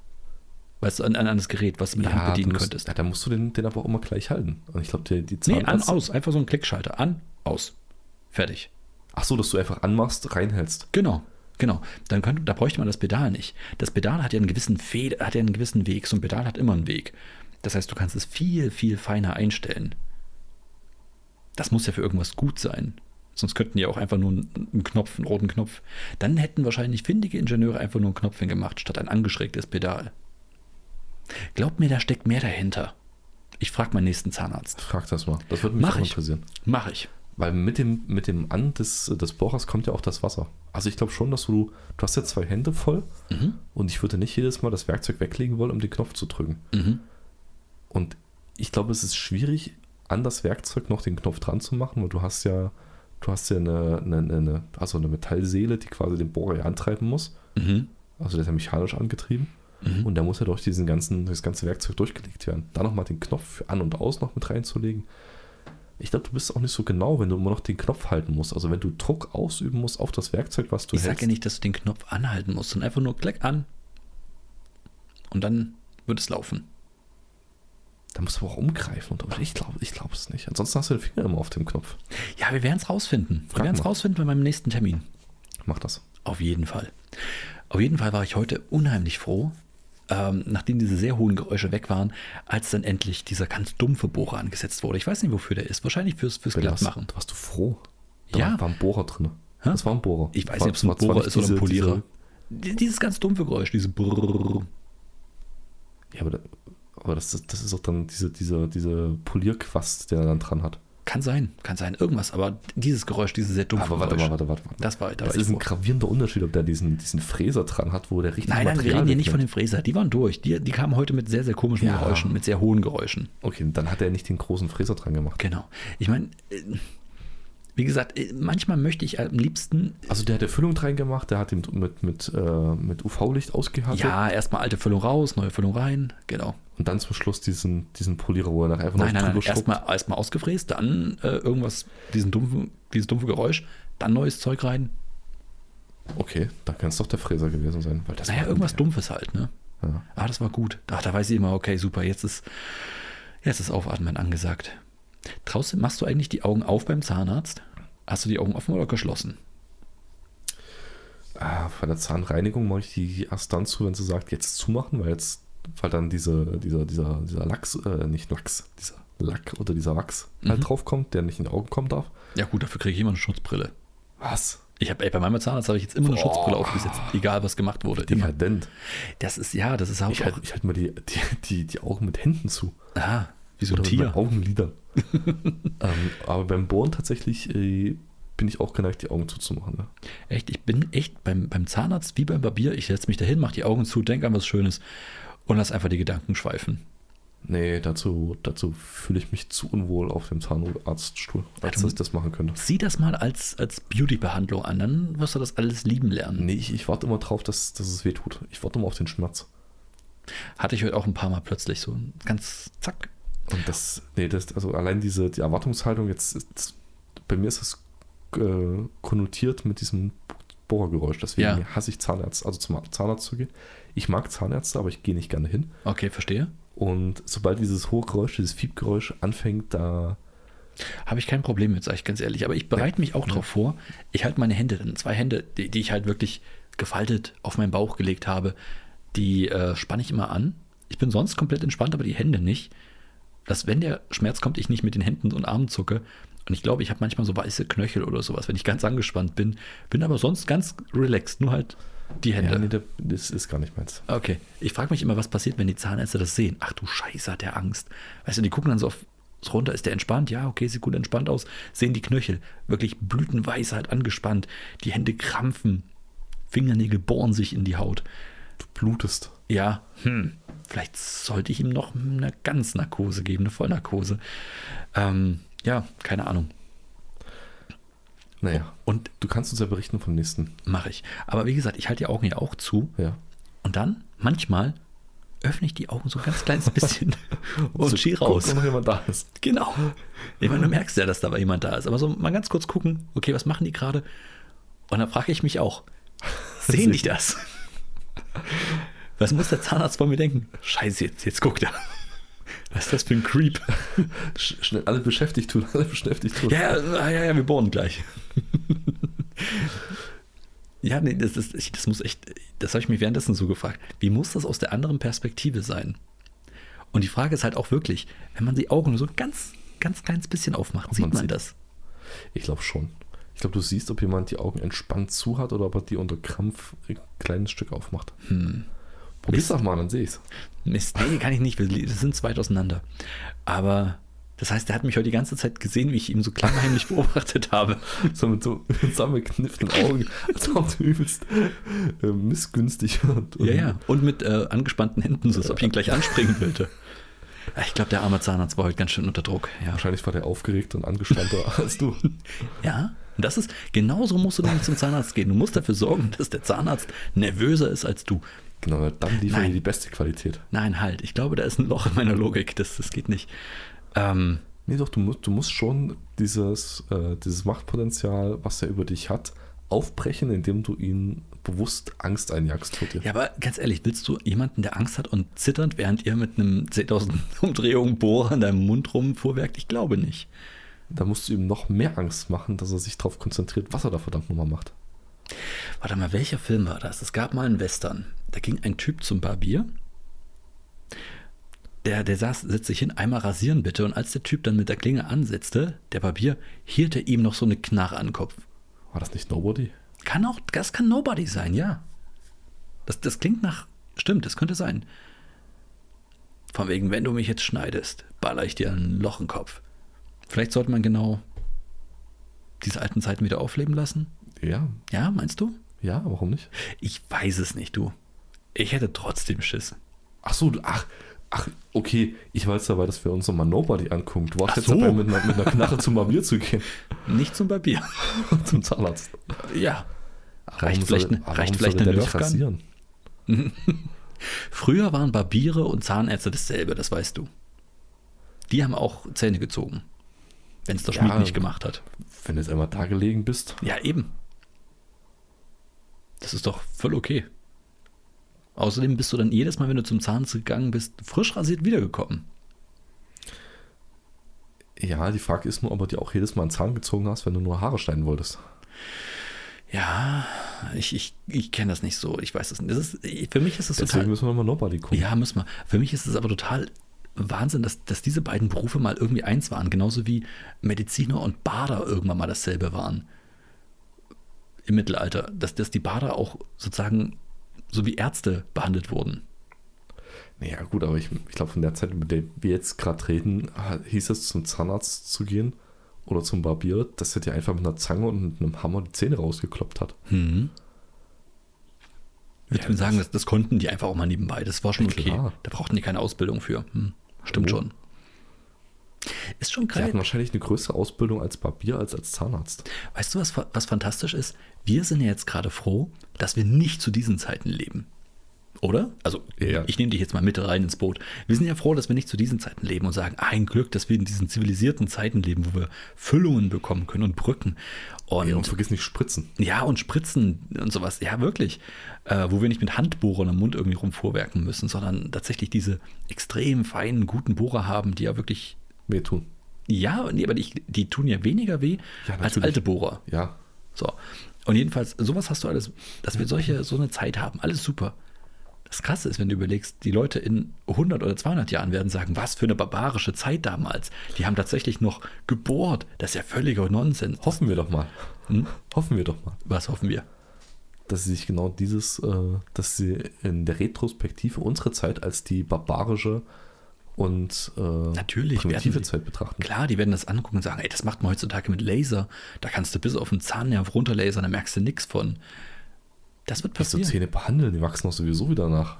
[SPEAKER 1] Weißt du, an, an das Gerät, was du mit der Hand
[SPEAKER 2] Ja, du
[SPEAKER 1] bedienen
[SPEAKER 2] musst,
[SPEAKER 1] könntest.
[SPEAKER 2] ja, dann musst du den, den aber auch immer gleich halten. Und ich glaube, die, die
[SPEAKER 1] Nee, an,
[SPEAKER 2] Zahnärzte-
[SPEAKER 1] aus. Einfach so ein Klickschalter. An, aus. Fertig.
[SPEAKER 2] Ach so, dass du einfach anmachst, reinhältst.
[SPEAKER 1] Genau, genau. Dann könnte, da bräuchte man das Pedal nicht. Das Pedal hat ja einen gewissen Fe hat ja einen gewissen Weg. So ein Pedal hat immer einen Weg. Das heißt, du kannst es viel, viel feiner einstellen. Das muss ja für irgendwas gut sein. Sonst könnten die auch einfach nur einen, einen Knopf, einen roten Knopf. Dann hätten wahrscheinlich findige Ingenieure einfach nur einen Knopf hingemacht, statt ein angeschrägtes Pedal. Glaubt mir, da steckt mehr dahinter. Ich frage meinen nächsten Zahnarzt.
[SPEAKER 2] Frag das mal. Das würde mich
[SPEAKER 1] Mach
[SPEAKER 2] auch
[SPEAKER 1] ich.
[SPEAKER 2] interessieren.
[SPEAKER 1] Mach ich.
[SPEAKER 2] Weil mit dem, mit dem An des, des Bohrers kommt ja auch das Wasser. Also ich glaube schon, dass du, du hast ja zwei Hände voll
[SPEAKER 1] Mhm.
[SPEAKER 2] und ich würde nicht jedes Mal das Werkzeug weglegen wollen, um den Knopf zu drücken.
[SPEAKER 1] Mhm.
[SPEAKER 2] Und ich glaube, es ist schwierig, an das Werkzeug noch den Knopf dran zu machen, weil du hast ja, du hast ja eine, eine, eine- eine, also eine Metallseele, die quasi den Bohrer ja antreiben muss.
[SPEAKER 1] Mhm.
[SPEAKER 2] Also der ist ja mechanisch angetrieben. Und da muss ja durch diesen ganzen, das ganze Werkzeug durchgelegt werden. Da nochmal den Knopf für an und aus noch mit reinzulegen. Ich glaube, du bist auch nicht so genau, wenn du immer noch den Knopf halten musst. Also wenn du Druck ausüben musst auf das Werkzeug, was du
[SPEAKER 1] ich sage ja nicht, dass du den Knopf anhalten musst, sondern einfach nur Klick an. Und dann wird es laufen.
[SPEAKER 2] Da musst du aber auch umgreifen. Und aber ich glaube ich glaub es nicht. Ansonsten hast du den Finger immer auf dem Knopf.
[SPEAKER 1] Ja, wir werden es rausfinden. Wir
[SPEAKER 2] Frag
[SPEAKER 1] werden es
[SPEAKER 2] mal.
[SPEAKER 1] rausfinden bei meinem nächsten Termin.
[SPEAKER 2] Mach das.
[SPEAKER 1] Auf jeden Fall. Auf jeden Fall war ich heute unheimlich froh, ähm, nachdem diese sehr hohen Geräusche weg waren, als dann endlich dieser ganz dumpfe Bohrer angesetzt wurde. Ich weiß nicht, wofür der ist. Wahrscheinlich fürs, fürs
[SPEAKER 2] Wenn du warst,
[SPEAKER 1] Glattmachen.
[SPEAKER 2] da warst du froh.
[SPEAKER 1] Ja.
[SPEAKER 2] war, war ein Bohrer drin. Das war ein Bohrer.
[SPEAKER 1] Ich weiß
[SPEAKER 2] War-
[SPEAKER 1] nicht, ob es ein
[SPEAKER 2] war zwar
[SPEAKER 1] Bohrer
[SPEAKER 2] nicht
[SPEAKER 1] ist oder ein
[SPEAKER 2] diese-
[SPEAKER 1] Polierer. Die- Dieses ganz dumpfe Geräusch, diese Brrrr.
[SPEAKER 2] Diese, ja, aber, da, aber das, ist- das ist auch dann diese, diese, diese Polierquast, der er dann dran hat.
[SPEAKER 1] Kann sein, kann sein, irgendwas, aber dieses Geräusch, dieses sehr dumpfe
[SPEAKER 2] Aber warte
[SPEAKER 1] Geräusch.
[SPEAKER 2] mal, warte, warte, warte.
[SPEAKER 1] Das war, da
[SPEAKER 2] Das
[SPEAKER 1] war ich
[SPEAKER 2] ist ein
[SPEAKER 1] froh.
[SPEAKER 2] gravierender Unterschied, ob der diesen, diesen Fräser dran hat, wo der richtig
[SPEAKER 1] Nein, nein, wir reden hier nicht von
[SPEAKER 2] wegnimmt.
[SPEAKER 1] dem Fräser. Die waren durch. Die, die kamen heute mit sehr, sehr komischen
[SPEAKER 2] Ja.
[SPEAKER 1] Geräuschen, mit sehr hohen Geräuschen.
[SPEAKER 2] Okay, dann hat er nicht den großen Fräser dran gemacht.
[SPEAKER 1] Genau. Ich meine, äh, Wie gesagt, manchmal möchte ich am liebsten. äh,
[SPEAKER 2] Also der hat Erfüllung reingemacht, der hat ihn mit, mit, äh, mit UV-Licht ausgehärtet.
[SPEAKER 1] Ja, erstmal alte Füllung raus, neue Füllung rein, genau.
[SPEAKER 2] Und dann zum Schluss diesen, diesen Polierer, wo er nachher einfach
[SPEAKER 1] Nein, nein, nein, erstmal erstmal ausgefräst, dann äh, irgendwas, diesen dumpfen, dieses dumpfe Geräusch, dann neues Zeug rein.
[SPEAKER 2] Okay, da kann es doch der Fräser gewesen sein. Weil das
[SPEAKER 1] Naja,
[SPEAKER 2] war
[SPEAKER 1] irgendwas
[SPEAKER 2] irgendwie-
[SPEAKER 1] Dumpfes halt, ne?
[SPEAKER 2] Ja.
[SPEAKER 1] Ah, das war gut. Ach, da weiß ich immer, okay, super, jetzt ist, jetzt ist Aufatmen angesagt. Traust, du- machst du eigentlich die Augen auf beim Zahnarzt? Hast du die Augen offen oder geschlossen?
[SPEAKER 2] Ah, bei der Zahnreinigung mache ich die erst dann zu, wenn sie sagt, jetzt zumachen, weil jetzt, weil dann diese, dieser, dieser, dieser Lachs, äh, nicht Lachs, dieser Lack oder dieser Wachs
[SPEAKER 1] Mhm.
[SPEAKER 2] halt draufkommt, der nicht in die Augen kommen darf.
[SPEAKER 1] Ja gut, dafür kriege ich immer eine Schutzbrille.
[SPEAKER 2] Was?
[SPEAKER 1] Ich habe bei meinem Zahnarzt habe ich jetzt immer eine
[SPEAKER 2] Boah.
[SPEAKER 1] Schutzbrille aufgesetzt, egal was gemacht wurde. Immer.
[SPEAKER 2] Dekadent.
[SPEAKER 1] Das ist ja, das ist
[SPEAKER 2] Ich
[SPEAKER 1] halt auch.
[SPEAKER 2] halte ich halt mal die, die, die, die Augen mit Händen zu.
[SPEAKER 1] Ah, wie so ein
[SPEAKER 2] Oder mit meinen
[SPEAKER 1] Tier.
[SPEAKER 2] Augenlidern. ähm, aber beim Bohren tatsächlich äh, bin ich auch geneigt, die Augen zuzumachen. Ne?
[SPEAKER 1] Echt, ich bin echt beim, beim Zahnarzt wie beim Barbier. Ich setze mich dahin, mache die Augen zu, denke an was Schönes und lass einfach die Gedanken schweifen.
[SPEAKER 2] Nee, dazu, dazu fühle ich mich zu unwohl auf dem Zahnarztstuhl, als
[SPEAKER 1] du-
[SPEAKER 2] dass ich das machen könnte.
[SPEAKER 1] Sieh das mal als, als Beauty-Behandlung an, dann wirst du das alles lieben lernen.
[SPEAKER 2] Nee, ich, ich warte immer drauf, dass, dass es weh tut. Ich warte immer auf den Schmerz.
[SPEAKER 1] Hatte ich heute auch ein paar Mal plötzlich so ein ganz zack.
[SPEAKER 2] Und das, nee, das, also allein diese die Erwartungshaltung, jetzt, jetzt bei mir ist das äh, konnotiert mit diesem Bohrgeräusch. Deswegen
[SPEAKER 1] Ja.
[SPEAKER 2] hasse ich Zahnärzte, also zum Zahnarzt zu gehen. Ich mag Zahnärzte, aber ich gehe nicht gerne hin.
[SPEAKER 1] Okay, verstehe.
[SPEAKER 2] Und sobald dieses hohe Geräusch, dieses Fiebgeräusch anfängt, da.
[SPEAKER 1] Habe ich kein Problem mit, sage ich ganz ehrlich. Aber ich bereite mich auch darauf vor. Ich halte meine Hände, dann zwei Hände, die, die ich halt wirklich gefaltet auf meinen Bauch gelegt habe, die äh, spanne ich immer an. Ich bin sonst komplett entspannt, aber die Hände nicht. Dass, wenn der Schmerz kommt, ich nicht mit den Händen und Armen zucke. Und ich glaube, ich habe manchmal so weiße Knöchel oder sowas, wenn ich ganz angespannt bin. Bin aber sonst ganz relaxed, nur halt die Hände.
[SPEAKER 2] Ja, nee, der- das ist gar nicht meins.
[SPEAKER 1] Okay. Ich frage mich immer, was passiert, wenn die Zahnärzte das sehen. Ach du Scheiße, hat der Angst. Weißt du, die gucken dann so auf so runter, ist der entspannt? Ja, okay, sieht gut entspannt aus. Sehen die Knöchel, wirklich blütenweiß halt angespannt. Die Hände krampfen. Fingernägel bohren sich in die Haut.
[SPEAKER 2] Du blutest.
[SPEAKER 1] Ja, hm, vielleicht sollte ich ihm noch eine ganz Narkose geben, eine Vollnarkose. Ähm, ja, keine Ahnung.
[SPEAKER 2] Naja.
[SPEAKER 1] Und
[SPEAKER 2] Du kannst uns ja berichten vom nächsten.
[SPEAKER 1] mache ich. Aber wie gesagt, ich halte die Augen ja auch zu.
[SPEAKER 2] Ja.
[SPEAKER 1] Und dann, manchmal, öffne ich die Augen so ein ganz kleines bisschen und schier raus.
[SPEAKER 2] Guck, um ob noch jemand da ist.
[SPEAKER 1] Genau. Ich meine, du merkst ja, dass da jemand da ist. Aber so mal ganz kurz gucken, okay, was machen die gerade? Und dann frage ich mich auch, sehen die das? Was muss der Zahnarzt von mir denken? Scheiße, jetzt, jetzt guckt er. Was ist das für ein Creep?
[SPEAKER 2] Sch schnell alle beschäftigt tun, alle beschäftigt tun.
[SPEAKER 1] Ja, ja, ja, ja wir bohren gleich. ja, nee, das, ist, ich, das muss echt, das habe ich mich währenddessen so gefragt. Wie muss das aus der anderen Perspektive sein? Und die Frage ist halt auch wirklich, wenn man die Augen nur so ein ganz, ganz kleines bisschen aufmacht, sieht
[SPEAKER 2] man
[SPEAKER 1] man
[SPEAKER 2] sieht-
[SPEAKER 1] das.
[SPEAKER 2] Ich glaube schon. Ich glaube, du siehst, ob jemand die Augen entspannt zu hat oder ob er die unter Krampf ein kleines Stück aufmacht.
[SPEAKER 1] Hm.
[SPEAKER 2] Probier's doch mal, dann sehe ich's.
[SPEAKER 1] Mist, nee, kann ich nicht, wir li- sind zu weit auseinander. Aber das heißt, er hat mich heute die ganze Zeit gesehen, wie ich ihn so klammheimlich beobachtet habe.
[SPEAKER 2] So mit so zusammengekniffenen Augen, als ob du übelst äh, missgünstig und, und
[SPEAKER 1] Ja, ja. Und mit äh, angespannten Händen, so als ob ich ihn gleich anspringen wollte. Ja, Ich glaube, der arme Zahnarzt war heute ganz schön unter Druck. Ja.
[SPEAKER 2] Wahrscheinlich war der aufgeregt und angespannter als du.
[SPEAKER 1] Ja, und das ist, genauso musst du nämlich zum Zahnarzt gehen. Du musst dafür sorgen, dass der Zahnarzt nervöser ist als du.
[SPEAKER 2] Genau, dann liefern
[SPEAKER 1] Nein.
[SPEAKER 2] die die beste Qualität.
[SPEAKER 1] Nein, halt, ich glaube, da ist ein Loch in meiner Logik. Das, das geht nicht. Ähm,
[SPEAKER 2] Nee, doch, du musst, du musst schon dieses, äh, dieses Machtpotenzial, was er über dich hat, aufbrechen, indem du ihm bewusst Angst einjagst vor dir.
[SPEAKER 1] ja, aber ganz ehrlich, willst du jemanden, der Angst hat und zittert, während ihr mit einem 10.000 Umdrehungen Bohrer in deinem Mund rumfuhrwerkt? Ich glaube nicht.
[SPEAKER 2] Da musst du ihm noch mehr Angst machen, dass er sich darauf konzentriert, was er da verdammt nochmal macht.
[SPEAKER 1] Warte mal, welcher Film war das? Es gab mal einen Western. Da ging ein Typ zum Barbier. Der, der saß, setzt sich hin, einmal rasieren bitte. Und als der Typ dann mit der Klinge ansetzte, der Barbier, hielt er ihm noch so eine Knarre an den Kopf.
[SPEAKER 2] War das nicht Nobody?
[SPEAKER 1] Kann auch, das kann Nobody sein, ja. Das, das klingt nach, stimmt, das könnte sein. Von wegen, wenn du mich jetzt schneidest, baller ich dir ein Loch im Kopf. Vielleicht sollte man genau diese alten Zeiten wieder aufleben lassen.
[SPEAKER 2] Ja,
[SPEAKER 1] Ja, meinst du?
[SPEAKER 2] ja, warum nicht?
[SPEAKER 1] Ich weiß es nicht, du. Ich hätte trotzdem Schiss.
[SPEAKER 2] Ach so, ach, Ach, okay, ich war jetzt dabei, dass wir uns nochmal Nobody angucken. Du warst
[SPEAKER 1] Ach
[SPEAKER 2] jetzt
[SPEAKER 1] so.
[SPEAKER 2] dabei, mit, einer- mit einer Knarre zum Barbier zu gehen.
[SPEAKER 1] Nicht zum Barbier.
[SPEAKER 2] zum Zahnarzt.
[SPEAKER 1] Ja.
[SPEAKER 2] Warum
[SPEAKER 1] Reicht vielleicht,
[SPEAKER 2] soll-
[SPEAKER 1] ne,
[SPEAKER 2] warum
[SPEAKER 1] reicht
[SPEAKER 2] soll
[SPEAKER 1] vielleicht
[SPEAKER 2] der
[SPEAKER 1] eine
[SPEAKER 2] nicht
[SPEAKER 1] Nerfgun?
[SPEAKER 2] rasieren?
[SPEAKER 1] Früher waren Barbiere und Zahnärzte dasselbe, das weißt du. Die haben auch Zähne gezogen. Wenn es der
[SPEAKER 2] Ja.
[SPEAKER 1] Schmied nicht gemacht hat.
[SPEAKER 2] Wenn du jetzt einmal da gelegen bist.
[SPEAKER 1] Ja, eben. Das ist doch voll okay. Außerdem bist du dann jedes Mal, wenn du zum Zahnarzt gegangen bist, frisch rasiert wiedergekommen.
[SPEAKER 2] Ja, die Frage ist nur, ob du dir auch jedes Mal einen Zahn gezogen hast, wenn du nur Haare schneiden wolltest.
[SPEAKER 1] Ja, ich, ich, ich kenne das nicht so. Ich weiß es nicht. Das ist, für mich ist das
[SPEAKER 2] Deswegen
[SPEAKER 1] total.
[SPEAKER 2] müssen wir nochmal Nobody gucken.
[SPEAKER 1] Ja, müssen wir. Für mich ist es aber total Wahnsinn, dass, dass diese beiden Berufe mal irgendwie eins waren. Genauso wie Mediziner und Bader irgendwann mal dasselbe waren. Im Mittelalter. Dass, dass die Bader auch sozusagen so wie Ärzte behandelt wurden.
[SPEAKER 2] Naja, gut, aber ich, ich glaube, von der Zeit, über der wir jetzt gerade reden, ah, hieß es, zum Zahnarzt zu gehen oder zum Barbier, dass er dir einfach mit einer Zange und mit einem Hammer die Zähne rausgekloppt hat.
[SPEAKER 1] Mhm. Würdest
[SPEAKER 2] Hm. Ja,
[SPEAKER 1] du mir sagen, das, das konnten die einfach auch mal nebenbei. Das war schon
[SPEAKER 2] Ja,
[SPEAKER 1] okay.
[SPEAKER 2] klar.
[SPEAKER 1] Da brauchten die keine Ausbildung für. Hm. Stimmt
[SPEAKER 2] Oh.
[SPEAKER 1] schon. Ist schon
[SPEAKER 2] Die
[SPEAKER 1] geil.
[SPEAKER 2] hatten wahrscheinlich eine größere Ausbildung als Barbier als als Zahnarzt.
[SPEAKER 1] Weißt du, was, fa- was fantastisch ist? Wir sind ja jetzt gerade froh, dass wir nicht zu diesen Zeiten leben. Oder? Also,
[SPEAKER 2] Ja.
[SPEAKER 1] ich nehme dich jetzt mal mit rein ins Boot. Wir sind ja froh, dass wir nicht zu diesen Zeiten leben und sagen, ein Glück, dass wir in diesen zivilisierten Zeiten leben, wo wir Füllungen bekommen können und Brücken. Und
[SPEAKER 2] Ja, und vergiss nicht Spritzen.
[SPEAKER 1] Ja, und Spritzen und sowas. Ja, wirklich. Äh, wo wir nicht mit Handbohrern am Mund irgendwie rumvorwerken müssen, sondern tatsächlich diese extrem feinen, guten Bohrer haben, die ja wirklich,
[SPEAKER 2] Weh tun.
[SPEAKER 1] ja, nee, aber die, die tun ja weniger weh
[SPEAKER 2] Ja,
[SPEAKER 1] als
[SPEAKER 2] natürlich.
[SPEAKER 1] alte Bohrer.
[SPEAKER 2] Ja.
[SPEAKER 1] So. Und jedenfalls, sowas hast du alles, dass wir solche, so eine Zeit haben, alles super. Das Krasse ist, wenn du überlegst, die Leute in 100 oder 200 Jahren werden sagen, was für eine barbarische Zeit damals. Die haben tatsächlich noch gebohrt. Das ist ja völliger Nonsens.
[SPEAKER 2] Hoffen wir doch mal.
[SPEAKER 1] Hm?
[SPEAKER 2] Hoffen wir doch mal,
[SPEAKER 1] Was hoffen wir?
[SPEAKER 2] dass sie sich genau dieses, äh, dass sie in der Retrospektive unsere Zeit als die barbarische und äh,
[SPEAKER 1] Natürlich werden
[SPEAKER 2] primitive
[SPEAKER 1] die-
[SPEAKER 2] Zeit betrachten.
[SPEAKER 1] Klar, die werden das angucken und sagen, ey, das macht man heutzutage mit Laser. Da kannst du bis auf den Zahnnerv runterlasern, da merkst du nichts von. Das wird
[SPEAKER 2] Dass du
[SPEAKER 1] passieren.
[SPEAKER 2] Zähne behandeln, die wachsen doch sowieso wieder nach.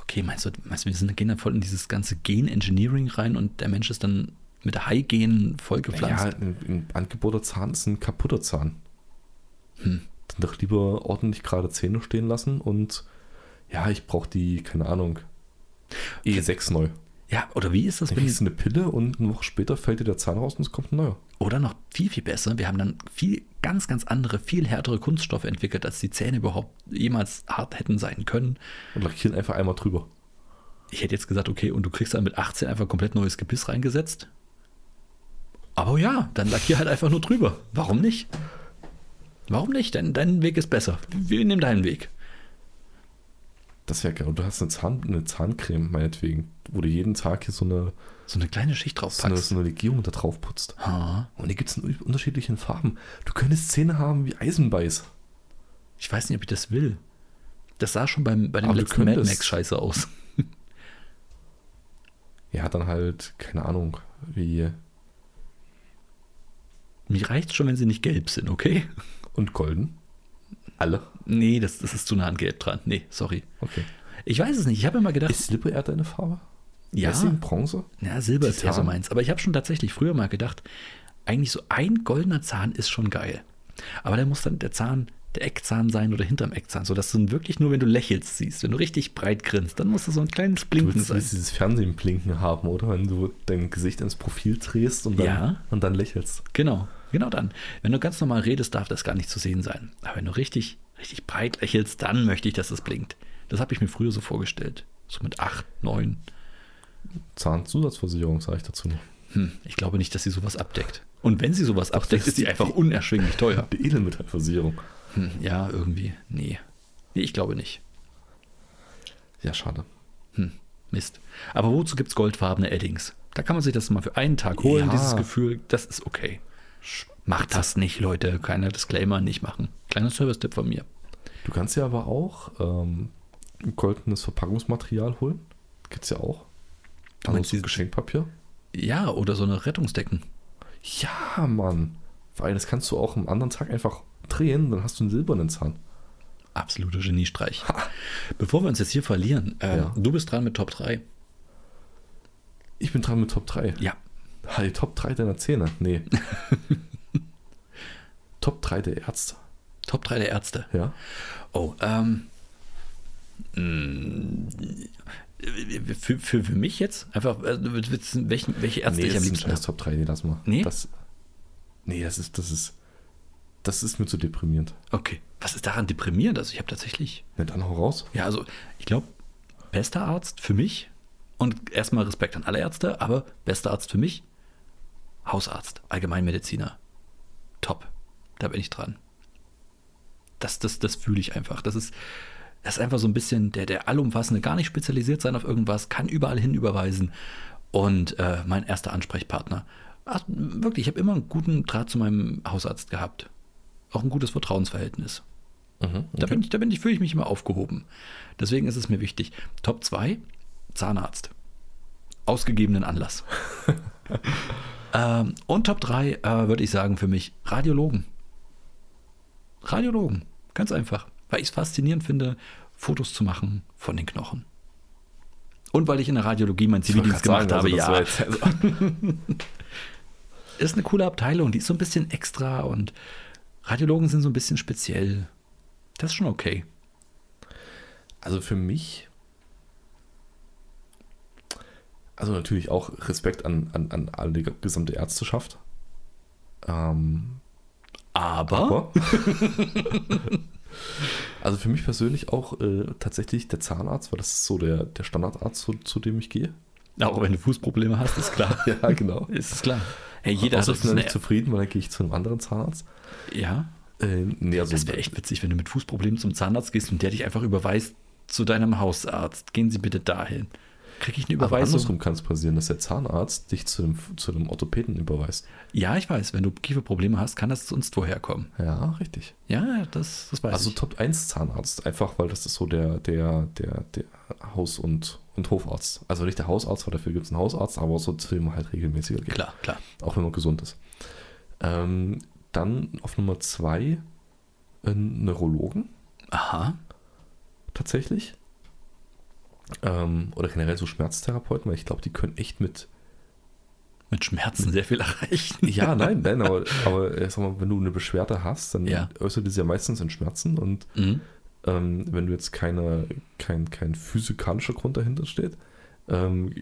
[SPEAKER 1] Okay, meinst du, meinst du, wir sind, gehen dann voll in dieses ganze Gen-Engineering rein und der Mensch ist dann mit High-Gen vollgepflanzt?
[SPEAKER 2] Ja, ein, ein angebohrter Zahn ist ein kaputter Zahn.
[SPEAKER 1] Hm.
[SPEAKER 2] Dann doch lieber ordentlich gerade Zähne stehen lassen und ja, ich brauche die, keine Ahnung, E6 neu.
[SPEAKER 1] Ja, oder wie ist das,
[SPEAKER 2] Dann
[SPEAKER 1] wenn
[SPEAKER 2] kriegst du eine Pille und eine Woche später fällt dir der Zahn raus und es kommt ein neuer.
[SPEAKER 1] oder noch viel, viel besser, wir haben dann viel, ganz, ganz andere, viel härtere Kunststoffe entwickelt, als die Zähne überhaupt jemals hart hätten sein können.
[SPEAKER 2] Und lackieren einfach einmal drüber.
[SPEAKER 1] Ich hätte jetzt gesagt, okay, und du kriegst dann mit 18 einfach komplett neues Gebiss reingesetzt. Aber ja, dann lackier halt einfach nur drüber. Warum nicht? Warum nicht? Dein, dein Weg ist besser. Wir nehmen deinen Weg.
[SPEAKER 2] Das wäre geil. Und du hast eine, Zahn, eine Zahncreme, meinetwegen, wo du jeden Tag hier so eine,
[SPEAKER 1] So eine kleine Schicht drauf
[SPEAKER 2] so eine,
[SPEAKER 1] packst.
[SPEAKER 2] so eine Legierung da drauf putzt.
[SPEAKER 1] Ha.
[SPEAKER 2] Und die gibt es in unterschiedlichen Farben. Du könntest Zähne haben wie Eisenbeiß.
[SPEAKER 1] Ich weiß nicht, ob ich das will. Das sah schon beim, bei dem
[SPEAKER 2] Aber du
[SPEAKER 1] letzten Mad
[SPEAKER 2] könntest.
[SPEAKER 1] Max scheiße aus.
[SPEAKER 2] Ja, dann halt, keine Ahnung, wie
[SPEAKER 1] Mir reicht schon, wenn sie nicht gelb sind, okay?
[SPEAKER 2] Und golden? Alle.
[SPEAKER 1] Nee, das, das ist zu nah an Gelb dran. Nee, sorry.
[SPEAKER 2] Okay.
[SPEAKER 1] Ich weiß es nicht. Ich habe immer gedacht,
[SPEAKER 2] Ist Silbererde eine Farbe?
[SPEAKER 1] ja,
[SPEAKER 2] Messing, Bronze?
[SPEAKER 1] ja, Silber ist ja so
[SPEAKER 2] Titan.
[SPEAKER 1] meins. Aber ich habe schon tatsächlich früher mal gedacht, eigentlich so ein goldener Zahn ist schon geil. Aber der muss dann der Zahn, der Eckzahn sein oder hinterm Eckzahn, sodass du ihn wirklich nur, wenn du lächelst, siehst. Wenn du richtig breit grinst, dann muss da so ein kleines
[SPEAKER 2] Du
[SPEAKER 1] Blinken
[SPEAKER 2] willst,
[SPEAKER 1] sein.
[SPEAKER 2] willst dieses Fernsehen-Blinken haben, oder? Wenn du dein Gesicht ins Profil drehst und dann,
[SPEAKER 1] Ja.
[SPEAKER 2] und dann lächelst.
[SPEAKER 1] Genau, genau dann. Wenn du ganz normal redest, darf das gar nicht zu sehen sein. Aber wenn du richtig, richtig breit lächelst, dann möchte ich, dass es blinkt. Das habe ich mir früher so vorgestellt. So mit 8, 9.
[SPEAKER 2] Zahnzusatzversicherung, sage ich dazu noch.
[SPEAKER 1] Hm, ich glaube nicht, dass sie sowas abdeckt. Und wenn sie sowas abdeckt, ist sie einfach unerschwinglich teuer.
[SPEAKER 2] Die Edelmetallversicherung.
[SPEAKER 1] Hm, ja, irgendwie. Nee. Nee, ich glaube nicht.
[SPEAKER 2] Ja, schade.
[SPEAKER 1] Hm, Mist. Aber wozu gibt es goldfarbene Eddings? Da kann man sich das mal für einen Tag holen,
[SPEAKER 2] Ja.
[SPEAKER 1] dieses Gefühl, das ist okay. Macht das nicht, Leute. Kleiner Disclaimer, nicht machen. Kleiner Service-Tipp von mir.
[SPEAKER 2] Du kannst ja aber auch ähm, ein goldenes Verpackungsmaterial holen. Gibt's ja auch.
[SPEAKER 1] Du
[SPEAKER 2] Also
[SPEAKER 1] meinst
[SPEAKER 2] so
[SPEAKER 1] dieses-
[SPEAKER 2] Geschenkpapier.
[SPEAKER 1] Ja, oder so eine Rettungsdecken.
[SPEAKER 2] Ja, Mann. Vor allem, das kannst du auch am anderen Tag einfach drehen, dann hast du einen silbernen Zahn.
[SPEAKER 1] Absoluter Geniestreich. Bevor wir uns jetzt hier verlieren, ähm,
[SPEAKER 2] Ja.
[SPEAKER 1] du bist dran mit Top 3.
[SPEAKER 2] Ich bin dran mit Top 3.
[SPEAKER 1] Ja.
[SPEAKER 2] Ha, die Top 3 deiner Zähne? Nee. Top 3 der Ärzte.
[SPEAKER 1] Top 3 der Ärzte.
[SPEAKER 2] Ja.
[SPEAKER 1] Oh, ähm. mm, äh, Für, für, für mich jetzt? Einfach, äh, du willst wissen, welchen, welche Ärzte ich am
[SPEAKER 2] das ist ein
[SPEAKER 1] liebsten
[SPEAKER 2] scheiß
[SPEAKER 1] habe.
[SPEAKER 2] Top 3. Nee, lass mal.
[SPEAKER 1] Nee?
[SPEAKER 2] Das, nee, das ist, das ist, das ist mir zu deprimierend.
[SPEAKER 1] Okay. Was ist daran deprimierend? Also, ich habe tatsächlich.
[SPEAKER 2] Na dann hau raus.
[SPEAKER 1] Ja, also, ich glaube, bester Arzt für mich und erstmal Respekt an alle Ärzte, aber bester Arzt für mich, Hausarzt, Allgemeinmediziner. Top. Da bin ich dran. Das, das, das fühle ich einfach. Das ist, das ist einfach so ein bisschen der, der Allumfassende, gar nicht spezialisiert sein auf irgendwas, kann überall hin überweisen. Und äh, mein erster Ansprechpartner. Ach, wirklich, ich habe immer einen guten Draht zu meinem Hausarzt gehabt. Auch ein gutes Vertrauensverhältnis. Da, bin ich, da bin ich, fühle ich mich immer aufgehoben. Deswegen ist es mir wichtig. Top 2, Zahnarzt. Ausgegebenen Anlass. ähm, und Top 3 äh, würde ich sagen für mich Radiologen. Radiologen, ganz einfach. Weil ich es faszinierend finde, Fotos zu machen von den Knochen. Und weil ich in der Radiologie meinen Zivildienst gemacht
[SPEAKER 2] also
[SPEAKER 1] habe, ja. ist eine coole Abteilung, die ist so ein bisschen extra und Radiologen sind so ein bisschen speziell. Das ist schon okay.
[SPEAKER 2] Also für mich, also natürlich auch Respekt an, an, an alle die gesamte Ärzteschaft. Ähm,
[SPEAKER 1] Aber,
[SPEAKER 2] aber- ne? also für mich persönlich auch äh, tatsächlich der Zahnarzt, weil das ist so der, der Standardarzt, zu, zu dem ich gehe.
[SPEAKER 1] auch wenn du Fußprobleme hast, ist klar.
[SPEAKER 2] Ja, genau.
[SPEAKER 1] ist es klar. Hey, jeder
[SPEAKER 2] Außer
[SPEAKER 1] hat
[SPEAKER 2] ich
[SPEAKER 1] so
[SPEAKER 2] bin da
[SPEAKER 1] eine,
[SPEAKER 2] nicht zufrieden, weil dann gehe ich zu einem anderen Zahnarzt.
[SPEAKER 1] Ja,
[SPEAKER 2] Äh, nee, also
[SPEAKER 1] das wäre echt witzig, wenn du mit Fußproblemen zum Zahnarzt gehst und der dich einfach überweist zu deinem Hausarzt. Gehen Sie bitte dahin. Kriege ich eine
[SPEAKER 2] aber
[SPEAKER 1] Überweisung?
[SPEAKER 2] andersrum kann es passieren, dass der Zahnarzt dich zu dem, zu dem Orthopäden überweist.
[SPEAKER 1] Ja, ich weiß, wenn du Kieferprobleme hast, kann das sonst woher kommen.
[SPEAKER 2] Ja, richtig.
[SPEAKER 1] Ja, das, das weiß
[SPEAKER 2] Also
[SPEAKER 1] ich.
[SPEAKER 2] Top 1 Zahnarzt, einfach weil das ist so der, der, der, der Haus- und, und Hofarzt. Also nicht der Hausarzt, weil dafür gibt es einen Hausarzt, aber so zu dem man halt regelmäßiger geht.
[SPEAKER 1] Klar, klar.
[SPEAKER 2] Auch wenn man gesund ist. Ähm, dann auf Nummer 2 einen Neurologen
[SPEAKER 1] Aha.
[SPEAKER 2] tatsächlich. Ähm, oder generell so Schmerztherapeuten, weil ich glaube, die können echt mit.
[SPEAKER 1] Mit Schmerzen sehr viel erreichen.
[SPEAKER 2] Ja, nein, nein, aber, aber äh, sag mal, wenn du eine Beschwerde hast, dann
[SPEAKER 1] Ja.
[SPEAKER 2] äußert die sich ja meistens in Schmerzen und
[SPEAKER 1] Mhm.
[SPEAKER 2] ähm, wenn du jetzt keine, kein, kein physikalischer Grund dahinter steht, ähm,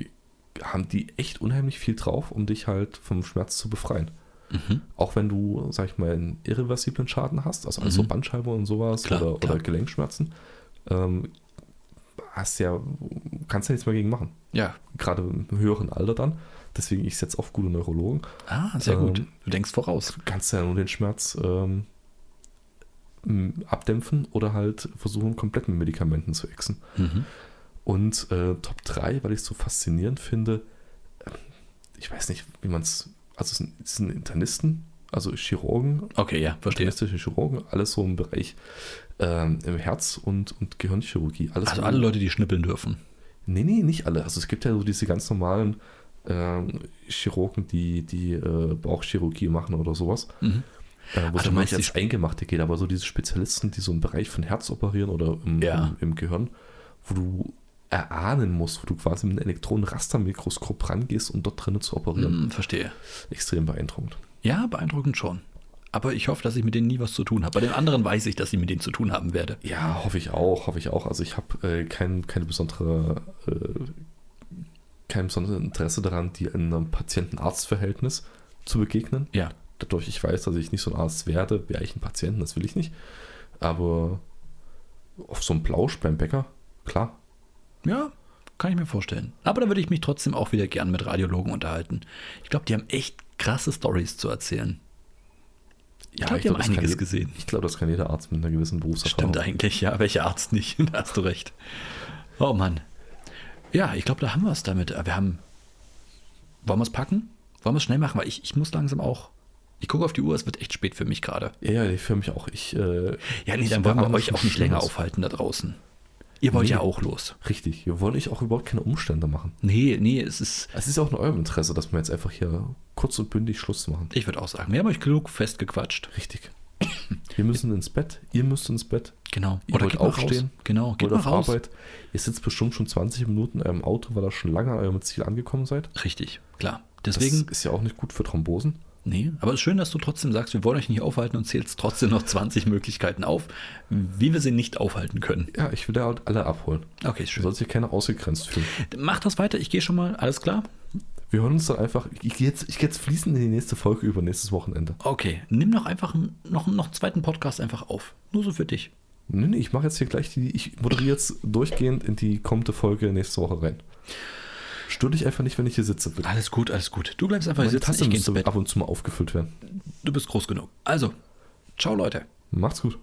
[SPEAKER 2] haben die echt unheimlich viel drauf, um dich halt vom Schmerz zu befreien.
[SPEAKER 1] Mhm.
[SPEAKER 2] Auch wenn du, sag ich mal, einen irreversiblen Schaden hast, also, also
[SPEAKER 1] Mhm.
[SPEAKER 2] Bandscheibe und sowas
[SPEAKER 1] Klar,
[SPEAKER 2] oder,
[SPEAKER 1] klar.
[SPEAKER 2] oder Gelenkschmerzen, ähm, hast ja, kannst ja nichts mehr gegen machen.
[SPEAKER 1] Ja,
[SPEAKER 2] Gerade im höheren Alter dann. Deswegen, ich setze auf gute Neurologen.
[SPEAKER 1] Ah, sehr
[SPEAKER 2] Ähm,
[SPEAKER 1] gut. Du denkst voraus.
[SPEAKER 2] kannst ja nur den Schmerz ähm, m, abdämpfen oder halt versuchen, komplett mit Medikamenten zu exen.
[SPEAKER 1] Mhm.
[SPEAKER 2] Und äh, Top 3, weil ich es so faszinierend finde, ähm, ich weiß nicht, wie man es, also es sind, es sind Internisten, also Chirurgen,
[SPEAKER 1] Okay, ja, verstehe.
[SPEAKER 2] internistische Chirurgen, alles so im Bereich ähm, im Herz- und, und Gehirnchirurgie. Alles
[SPEAKER 1] Also
[SPEAKER 2] wo-
[SPEAKER 1] alle Leute, die schnippeln dürfen.
[SPEAKER 2] Nee, nee, nicht alle. Also es gibt ja so diese ganz normalen ähm, Chirurgen, die, die äh, Bauchchirurgie machen oder sowas.
[SPEAKER 1] Mhm.
[SPEAKER 2] Äh,
[SPEAKER 1] Ah,
[SPEAKER 2] wo es
[SPEAKER 1] du
[SPEAKER 2] um
[SPEAKER 1] meinst
[SPEAKER 2] meinst jetzt Eingemachte geht, aber so diese Spezialisten, die so im Bereich von Herz operieren oder im,
[SPEAKER 1] Ja.
[SPEAKER 2] im, im Gehirn, wo du erahnen musst, wo du quasi mit einem Elektronenrastermikroskop rangehst, um dort drinnen zu operieren.
[SPEAKER 1] Mhm, verstehe.
[SPEAKER 2] Extrem beeindruckend.
[SPEAKER 1] Ja, beeindruckend schon. Aber ich hoffe, dass ich mit denen nie was zu tun habe. Bei den anderen weiß ich, dass ich mit denen zu tun haben werde.
[SPEAKER 2] Ja, hoffe ich auch, hoffe ich auch. Also ich habe äh, kein, keine besondere, äh, kein besonderes Interesse daran, dir in einem Patienten-Arzt-Verhältnis zu begegnen.
[SPEAKER 1] Ja.
[SPEAKER 2] dadurch ich weiß, dass ich nicht so ein Arzt werde, wäre ich ein Patienten, das will ich nicht. Aber auf so einem Plausch beim Bäcker, klar.
[SPEAKER 1] Ja, kann ich mir vorstellen. Aber da würde ich mich trotzdem auch wieder gern mit Radiologen unterhalten. Ich glaube, die haben echt krasse Stories zu erzählen.
[SPEAKER 2] Ja,
[SPEAKER 1] glaub, die haben
[SPEAKER 2] das kann
[SPEAKER 1] einiges Oh.
[SPEAKER 2] je-
[SPEAKER 1] gesehen.
[SPEAKER 2] Ich glaube, das kann jeder Arzt mit einer gewissen Berufserfahrung.
[SPEAKER 1] Stimmt eigentlich, ja. Welcher Arzt nicht? da hast du recht. Oh Mann. Ja, ich glaube, da haben wir es damit. Wir haben. Wollen wir es packen? Wollen wir es schnell machen? Weil ich, ich muss langsam auch. Ich gucke auf die Uhr, es wird echt spät für mich gerade.
[SPEAKER 2] Ja, ja, ich für mich auch. Ich, äh,
[SPEAKER 1] Ja, nee,
[SPEAKER 2] ich
[SPEAKER 1] dann wollen wir
[SPEAKER 2] bearbeite
[SPEAKER 1] euch
[SPEAKER 2] schon
[SPEAKER 1] auch nicht länger
[SPEAKER 2] Schlimmes.
[SPEAKER 1] aufhalten da draußen. Ihr wollt
[SPEAKER 2] Nee.
[SPEAKER 1] ja auch los.
[SPEAKER 2] Richtig, wir wollen euch auch überhaupt keine Umstände machen.
[SPEAKER 1] Nee, nee, es ist.
[SPEAKER 2] Es ist ja auch in eurem Interesse, dass wir jetzt einfach hier kurz und bündig Schluss machen.
[SPEAKER 1] Ich würde auch sagen, wir haben euch genug festgequatscht.
[SPEAKER 2] Richtig. Wir müssen ins Bett, ihr müsst ins Bett.
[SPEAKER 1] Genau.
[SPEAKER 2] Ihr wollt
[SPEAKER 1] geht mal
[SPEAKER 2] aufstehen,
[SPEAKER 1] Raus. Genau, geht
[SPEAKER 2] Geht
[SPEAKER 1] mal
[SPEAKER 2] auf
[SPEAKER 1] raus.
[SPEAKER 2] Arbeit. Ihr sitzt bestimmt schon 20 Minuten in eurem Auto, weil ihr schon lange an eurem Ziel angekommen seid.
[SPEAKER 1] Richtig, klar.
[SPEAKER 2] Das
[SPEAKER 1] Deswegen,
[SPEAKER 2] ist ja auch nicht gut für Thrombosen.
[SPEAKER 1] nee, aber es ist schön, dass du trotzdem sagst, wir wollen euch nicht aufhalten und zählst trotzdem noch 20 Möglichkeiten auf, wie wir sie nicht aufhalten können.
[SPEAKER 2] Ja, ich will ja halt alle abholen.
[SPEAKER 1] Okay, ist
[SPEAKER 2] Du
[SPEAKER 1] schön.
[SPEAKER 2] sollst dich keiner ausgegrenzt fühlen.
[SPEAKER 1] Mach das weiter, ich gehe schon mal, alles klar?
[SPEAKER 2] Wir hören uns dann einfach. Ich gehe jetzt, ich geh jetzt fließend in die nächste Folge über nächstes Wochenende.
[SPEAKER 1] Okay, nimm doch einfach einen- noch, noch einen zweiten Podcast einfach auf. Nur so für dich.
[SPEAKER 2] Nee, nee, ich mache jetzt hier gleich die. Ich moderiere jetzt durchgehend in die kommende Folge nächste Woche rein. Stör dich einfach nicht, wenn ich hier sitze. Bitte.
[SPEAKER 1] Alles gut, alles gut. Du bleibst einfach hier
[SPEAKER 2] Meine
[SPEAKER 1] sitzen,
[SPEAKER 2] Tasse
[SPEAKER 1] ich geh ins
[SPEAKER 2] müsste
[SPEAKER 1] Bett.
[SPEAKER 2] ab und zu mal aufgefüllt werden.
[SPEAKER 1] Du bist groß genug. Also, ciao Leute.
[SPEAKER 2] Macht's gut.